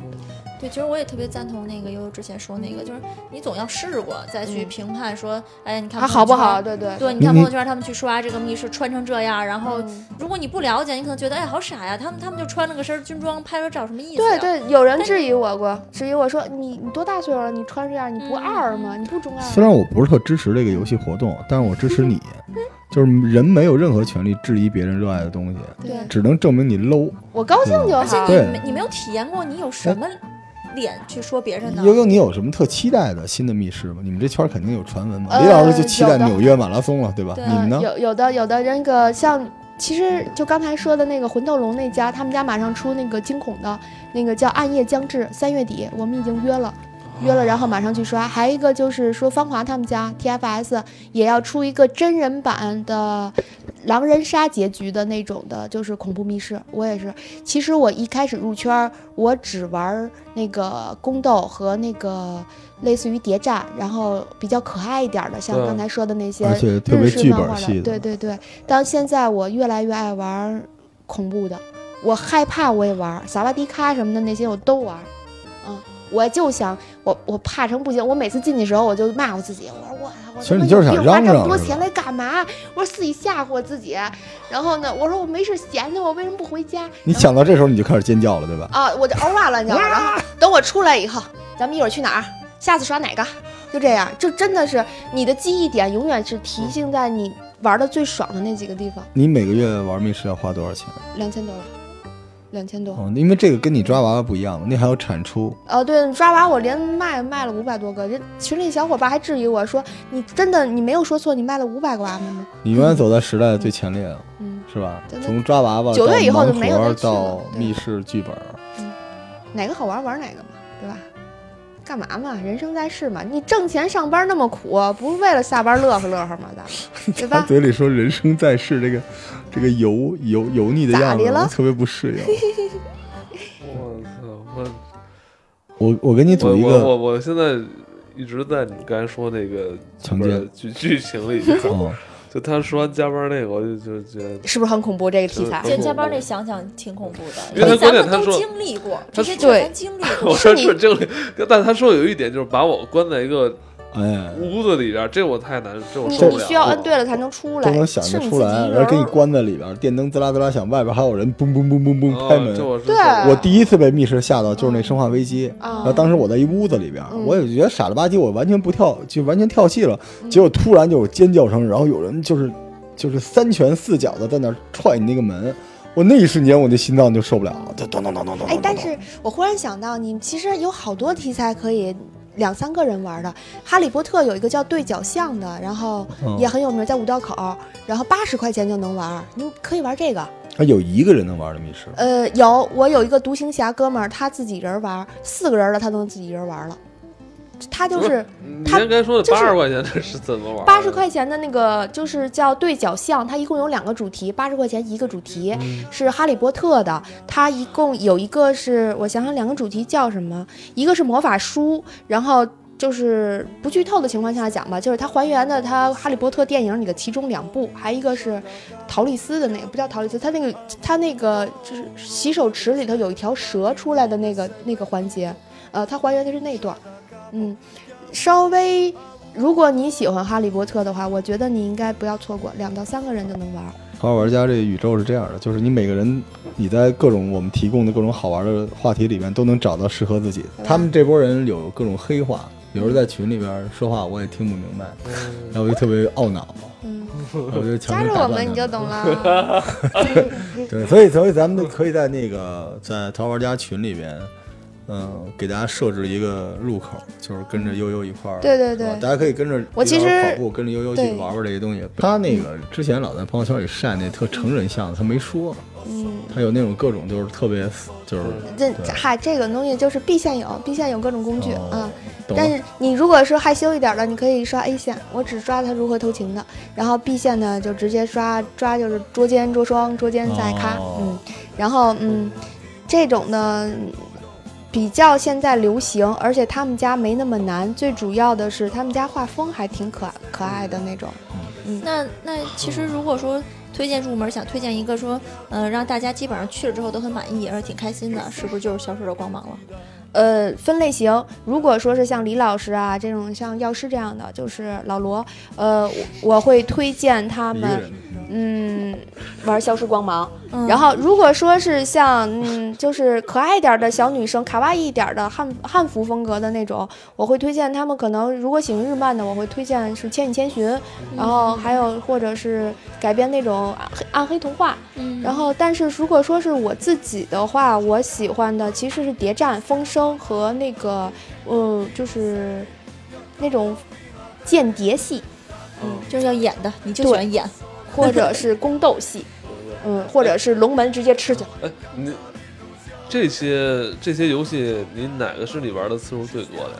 [SPEAKER 4] 对，其实我也特别赞同那个悠悠之前说那个，就是你总要试过再去
[SPEAKER 2] 嗯
[SPEAKER 4] 评判说，哎，你看
[SPEAKER 2] 还
[SPEAKER 4] 朋友
[SPEAKER 2] 好不
[SPEAKER 4] 圈儿
[SPEAKER 2] 好？？对对
[SPEAKER 4] 对，你
[SPEAKER 3] 你
[SPEAKER 4] 看
[SPEAKER 3] 你
[SPEAKER 4] 朋友圈，他们去刷这个密室穿成这样，然后
[SPEAKER 2] 嗯
[SPEAKER 4] 如果你不了解，你可能觉得哎好傻呀，他们他们就穿了个身军装拍个照什么意思呀？
[SPEAKER 2] 对对，有人质疑我过，质疑我说你你多大岁数了？你穿这样你不
[SPEAKER 4] 嗯
[SPEAKER 2] 二吗？你不中二
[SPEAKER 3] 虽
[SPEAKER 2] 吗？
[SPEAKER 3] 然我不是特支持这个游戏活动，但是我支持 你，就是人没有任何权利质疑别人热爱的东西，
[SPEAKER 2] 对
[SPEAKER 4] 对，
[SPEAKER 3] 只能证明你 low。
[SPEAKER 2] 我高兴就
[SPEAKER 4] 而且
[SPEAKER 2] 好。
[SPEAKER 3] 嗯
[SPEAKER 4] 你
[SPEAKER 3] 对
[SPEAKER 4] 没你没有体验过，你有
[SPEAKER 2] 哎
[SPEAKER 4] 什么脸去说别人呢？
[SPEAKER 3] 悠悠，你有什么特期待的新的密室吗？你们这圈儿肯定有传闻嘛？
[SPEAKER 2] 呃
[SPEAKER 3] 李老师就期待
[SPEAKER 2] 有的
[SPEAKER 3] 纽约马拉松了，对吧？
[SPEAKER 4] 对
[SPEAKER 3] 你们呢？
[SPEAKER 2] 有有的有的那个像，其实就刚才说的那个魂斗龙那家，他们家马上出那个惊恐的那个叫《暗夜将至》，三月底我们已经约了。约了，然后马上去刷。还有一个就是说，芳华他们家 TFS 也要出一个真人版的狼人杀结局的那种的，就是恐怖密室。我也是，其实我一开始入圈儿，我只玩儿那个宫斗和那个类似于谍战，然后比较可爱一点儿的，像
[SPEAKER 1] 对
[SPEAKER 2] 刚才说的那些
[SPEAKER 3] 而且特别
[SPEAKER 2] 日式
[SPEAKER 3] 剧
[SPEAKER 2] 漫
[SPEAKER 3] 本
[SPEAKER 2] 画
[SPEAKER 3] 系
[SPEAKER 2] 的，
[SPEAKER 3] 的，
[SPEAKER 2] 对对对。到现在我越来越爱玩恐怖的，我害怕我也玩，萨瓦迪卡什么的那些我都玩，嗯，我就想我我怕成不行，我每次进去的时候我就骂我自己，我说我操我
[SPEAKER 3] 其
[SPEAKER 2] 他
[SPEAKER 3] 实
[SPEAKER 2] 妈
[SPEAKER 3] 你就是
[SPEAKER 2] 有
[SPEAKER 3] 想
[SPEAKER 2] 病花
[SPEAKER 3] 嚷
[SPEAKER 2] 这
[SPEAKER 3] 嚷
[SPEAKER 2] 么多
[SPEAKER 3] 是吧
[SPEAKER 2] 钱来干嘛？我说自己吓唬自己，然后呢，我说我没事闲的，我为什么不回家？
[SPEAKER 3] 你想到这时候你就开始尖叫了，对吧？
[SPEAKER 2] 啊，我就嗷哇乱叫，然后等我出来以后，咱们一会儿去哪儿？下次耍哪个？就这样，就真的是你的记忆点永远是提醒在你玩的最爽的那几个地方。
[SPEAKER 3] 你每个月玩密室要花多少钱？
[SPEAKER 2] 两千多了，两千多。
[SPEAKER 3] 哦，因为这个跟你抓娃娃不一样嘛，那还有产出。
[SPEAKER 2] 哦，对，抓娃我连卖卖了五百多个，人群里小伙伴还质疑我说：“你真的你没有说错，你卖了五百个娃娃吗
[SPEAKER 3] 你永远走在时代的最前列啊，？”
[SPEAKER 2] 嗯，
[SPEAKER 3] 是吧
[SPEAKER 2] 对？对
[SPEAKER 3] 从抓娃娃
[SPEAKER 2] 九月以后就没有
[SPEAKER 3] 到盲
[SPEAKER 2] 再
[SPEAKER 3] 盒
[SPEAKER 2] 去了
[SPEAKER 3] 到
[SPEAKER 2] 对
[SPEAKER 3] 密室剧本，
[SPEAKER 2] 哪个好玩玩哪个嘛，对吧？干嘛嘛？人生在世嘛，你挣钱上班那么苦，不是为了下班乐呵乐呵吗？咱们 对
[SPEAKER 3] 他
[SPEAKER 2] 吧？
[SPEAKER 3] 嘴里说“人生在世”这个这个油油油腻的样子，
[SPEAKER 2] 咋的了
[SPEAKER 3] 我特别不适应。
[SPEAKER 1] 我操！我
[SPEAKER 3] 我我给你组
[SPEAKER 1] 我
[SPEAKER 3] 一
[SPEAKER 1] 我
[SPEAKER 3] 个
[SPEAKER 1] 我我现在一直在你刚才说那个
[SPEAKER 3] 强奸
[SPEAKER 1] 剧 剧情里，
[SPEAKER 3] 哦，
[SPEAKER 1] 就他说完加班那个，我就就觉得
[SPEAKER 2] 是不是很恐怖这个题材
[SPEAKER 1] 是？
[SPEAKER 4] 这加班那想想挺恐怖的，
[SPEAKER 1] 因为他
[SPEAKER 4] 咱
[SPEAKER 1] 关键
[SPEAKER 4] 们
[SPEAKER 1] 他
[SPEAKER 4] 都
[SPEAKER 1] 说
[SPEAKER 4] 经历过，
[SPEAKER 1] 他
[SPEAKER 4] 这些
[SPEAKER 2] 对
[SPEAKER 4] 咱经历
[SPEAKER 1] 我
[SPEAKER 4] 过，
[SPEAKER 1] 说
[SPEAKER 2] 你
[SPEAKER 1] 这这个， 但他说有一点就是把我关在一个
[SPEAKER 3] 哎，
[SPEAKER 1] 屋子里边，这我太难，这我
[SPEAKER 2] 你
[SPEAKER 1] 受不
[SPEAKER 2] 你
[SPEAKER 1] 了。
[SPEAKER 2] 需要摁
[SPEAKER 3] 哦
[SPEAKER 2] 对了才能出来，
[SPEAKER 3] 都能想
[SPEAKER 2] 是
[SPEAKER 3] 得
[SPEAKER 2] 你
[SPEAKER 3] 出
[SPEAKER 2] 自己
[SPEAKER 3] 来，
[SPEAKER 2] 一
[SPEAKER 3] 然后给你
[SPEAKER 2] 人儿
[SPEAKER 3] 关在里边，电灯滋啦滋啦响，外边还有人嘣嘣嘣嘣嘣
[SPEAKER 1] 哦
[SPEAKER 3] 开门
[SPEAKER 1] 这。我是
[SPEAKER 2] 对
[SPEAKER 1] 受不了
[SPEAKER 3] 我第一次被密室吓到，就是那《生化危机》。然后
[SPEAKER 2] 啊，
[SPEAKER 3] 当时我在一屋子里边，
[SPEAKER 2] 嗯
[SPEAKER 3] 我也觉得傻了吧唧，我完全不跳，就完全跳戏了。结果突然就有尖叫声，然后有人就是就是三拳四脚的在那儿踹你那个门，我那一瞬间我的心脏就受不了了，就咚咚咚咚咚咚咚
[SPEAKER 2] 哎
[SPEAKER 3] 咚。，
[SPEAKER 2] 但是我忽然想到，你其实有好多题材可以两三个人玩的。哈利波特有一个叫对角巷的，然后
[SPEAKER 3] 嗯
[SPEAKER 2] 也很有名，在五道口，然后八十块钱就能玩，你可以玩这个。
[SPEAKER 3] 啊有一个人能玩的密室，
[SPEAKER 2] 呃，有我有一个独行侠哥们儿，他自己人玩，四个人了他都能自己人玩了。他就
[SPEAKER 1] 不
[SPEAKER 2] 是
[SPEAKER 1] 你
[SPEAKER 2] 他
[SPEAKER 1] 刚才说的
[SPEAKER 2] 就是
[SPEAKER 1] 八十块钱这是怎么玩的？
[SPEAKER 2] 八十块钱的那个，就是叫对角巷，它一共有两个主题，八十块钱一个主题。
[SPEAKER 1] 嗯，
[SPEAKER 2] 是哈利波特的，它一共有一个是我想想两个主题叫什么，一个是魔法书，然后就是不剧透的情况下讲吧，就是它还原的它哈利波特电影里的其中两部，还有一个是陶丽丝的那个不叫陶丽丝，它那个它那个就是洗手池里头有一条蛇出来的那个那个环节，呃，它还原的是那段儿，嗯，稍微。如果你喜欢哈利波特的话，我觉得你应该不要错过，两到三个人就能玩儿。
[SPEAKER 3] 好好玩家这宇宙是这样的，就是你每个人，你在各种我们提供的各种好玩的话题里面都能找到适合自己的。
[SPEAKER 2] 嗯
[SPEAKER 3] 他们这波人有各种黑话，有时候在群里边说话我也听不明白，然后我就特别懊恼，
[SPEAKER 2] 嗯，
[SPEAKER 3] 我就强
[SPEAKER 2] 加
[SPEAKER 3] 行
[SPEAKER 2] 入
[SPEAKER 3] 打断
[SPEAKER 2] 我们
[SPEAKER 3] 他
[SPEAKER 2] 你就懂 了。
[SPEAKER 3] 对，所以所以咱们可以在那个在淘宝玩家群里边，嗯，给大家设置一个入口，就是跟着悠悠一块儿，
[SPEAKER 2] 对对对
[SPEAKER 3] 是吧大家可以跟着
[SPEAKER 2] 我其
[SPEAKER 3] 一块儿
[SPEAKER 2] 实
[SPEAKER 3] 跑步，跟着悠悠去
[SPEAKER 2] 对
[SPEAKER 3] 玩玩这些东西。他那个之前老在朋友圈里晒那特成人像的，他没说，
[SPEAKER 2] 嗯，
[SPEAKER 3] 他有那种各种就是特别就是
[SPEAKER 1] 嗯
[SPEAKER 2] 这
[SPEAKER 3] 对
[SPEAKER 2] 嗨，这个东西就是 B 线有，B 线有各种工具
[SPEAKER 3] 哦
[SPEAKER 2] 啊。
[SPEAKER 3] 懂
[SPEAKER 2] 但
[SPEAKER 3] 了
[SPEAKER 2] 是你如果是害羞一点的，你可以刷 A 线，我只抓他如何偷情的。然后 B 线呢，就直接刷抓就是捉奸、捉双、捉奸再咔，
[SPEAKER 3] 哦
[SPEAKER 2] 嗯。然后嗯，这种呢嗯比较现在流行，而且他们家没那么难。最主要的是他们家画风还挺可可爱的那种。
[SPEAKER 4] 那那其实如果说推荐入门，想推荐一个说，呃，让大家基本上去了之后都很满意，而且挺开心的，是不是就是《消失的光芒》了？
[SPEAKER 2] 呃，分类型，如果说是像李老师啊这种像药师这样的，就是老罗，呃，我我会推荐他
[SPEAKER 3] 一
[SPEAKER 2] 们
[SPEAKER 3] 个人。
[SPEAKER 2] 嗯，玩《消失光芒》
[SPEAKER 4] 嗯
[SPEAKER 2] 然后，如果说是像嗯，就是可爱一点的小女生、卡哇伊一点的汉汉服风格的那种，我会推荐他们。可能如果喜欢日漫的，我会推荐是《千与千寻》，然后还有或者是改编那种暗黑暗黑童话。
[SPEAKER 4] 嗯，
[SPEAKER 2] 然后，但是如果说是我自己的话，我喜欢的其实是谍战、风声和那个嗯，就是那种间谍戏。
[SPEAKER 1] 哦
[SPEAKER 4] 嗯，就是要演的，你就
[SPEAKER 2] 对
[SPEAKER 4] 喜欢演，
[SPEAKER 2] 或者是宫斗戏，嗯，或者是龙门直接吃去。
[SPEAKER 1] 哎，你这些这些游戏，你哪个是你玩的次数最多的呀？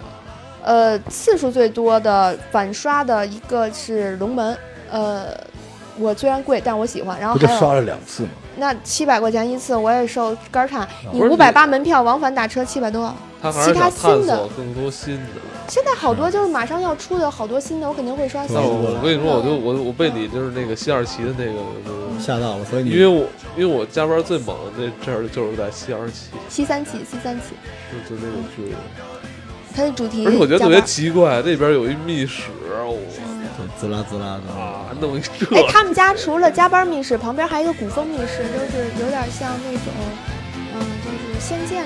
[SPEAKER 2] 呃，次数最多的反刷的一个是龙门，呃，我虽然贵，但我喜欢。然后
[SPEAKER 3] 不就
[SPEAKER 2] 还有
[SPEAKER 3] 刷了两次吗？
[SPEAKER 2] 那七百块钱一次，我也受肝儿颤。
[SPEAKER 3] 啊
[SPEAKER 2] 你
[SPEAKER 1] 不是
[SPEAKER 2] 五百八门票往返打车七百多，
[SPEAKER 1] 他还是
[SPEAKER 2] 其
[SPEAKER 1] 想
[SPEAKER 2] 他
[SPEAKER 1] 探
[SPEAKER 2] 新的
[SPEAKER 1] 索更多新的。
[SPEAKER 2] 现在好多就是马上要出的好多新的，我肯定会刷新
[SPEAKER 1] 但
[SPEAKER 3] 对
[SPEAKER 2] 的。
[SPEAKER 1] 哦我我跟你说，我就我我被你就是那个西二旗的那个，就是
[SPEAKER 3] 吓到了，所以
[SPEAKER 1] 因为
[SPEAKER 3] 你
[SPEAKER 1] 我因为我加班最猛的那阵儿就是在西二旗，
[SPEAKER 2] 西三起，西三 起，
[SPEAKER 1] 就就那个剧，
[SPEAKER 2] 它的主题
[SPEAKER 1] 而且我觉得
[SPEAKER 2] 叫
[SPEAKER 1] 特别
[SPEAKER 2] 嘛
[SPEAKER 1] 奇怪，那边有一密室，我
[SPEAKER 3] 就滋啦滋啦
[SPEAKER 1] 啊
[SPEAKER 3] 的，
[SPEAKER 1] 弄一这，
[SPEAKER 2] 哎，他们家除了加班密室，旁边还有一个古风密室，就是有点像那种，嗯，就是仙剑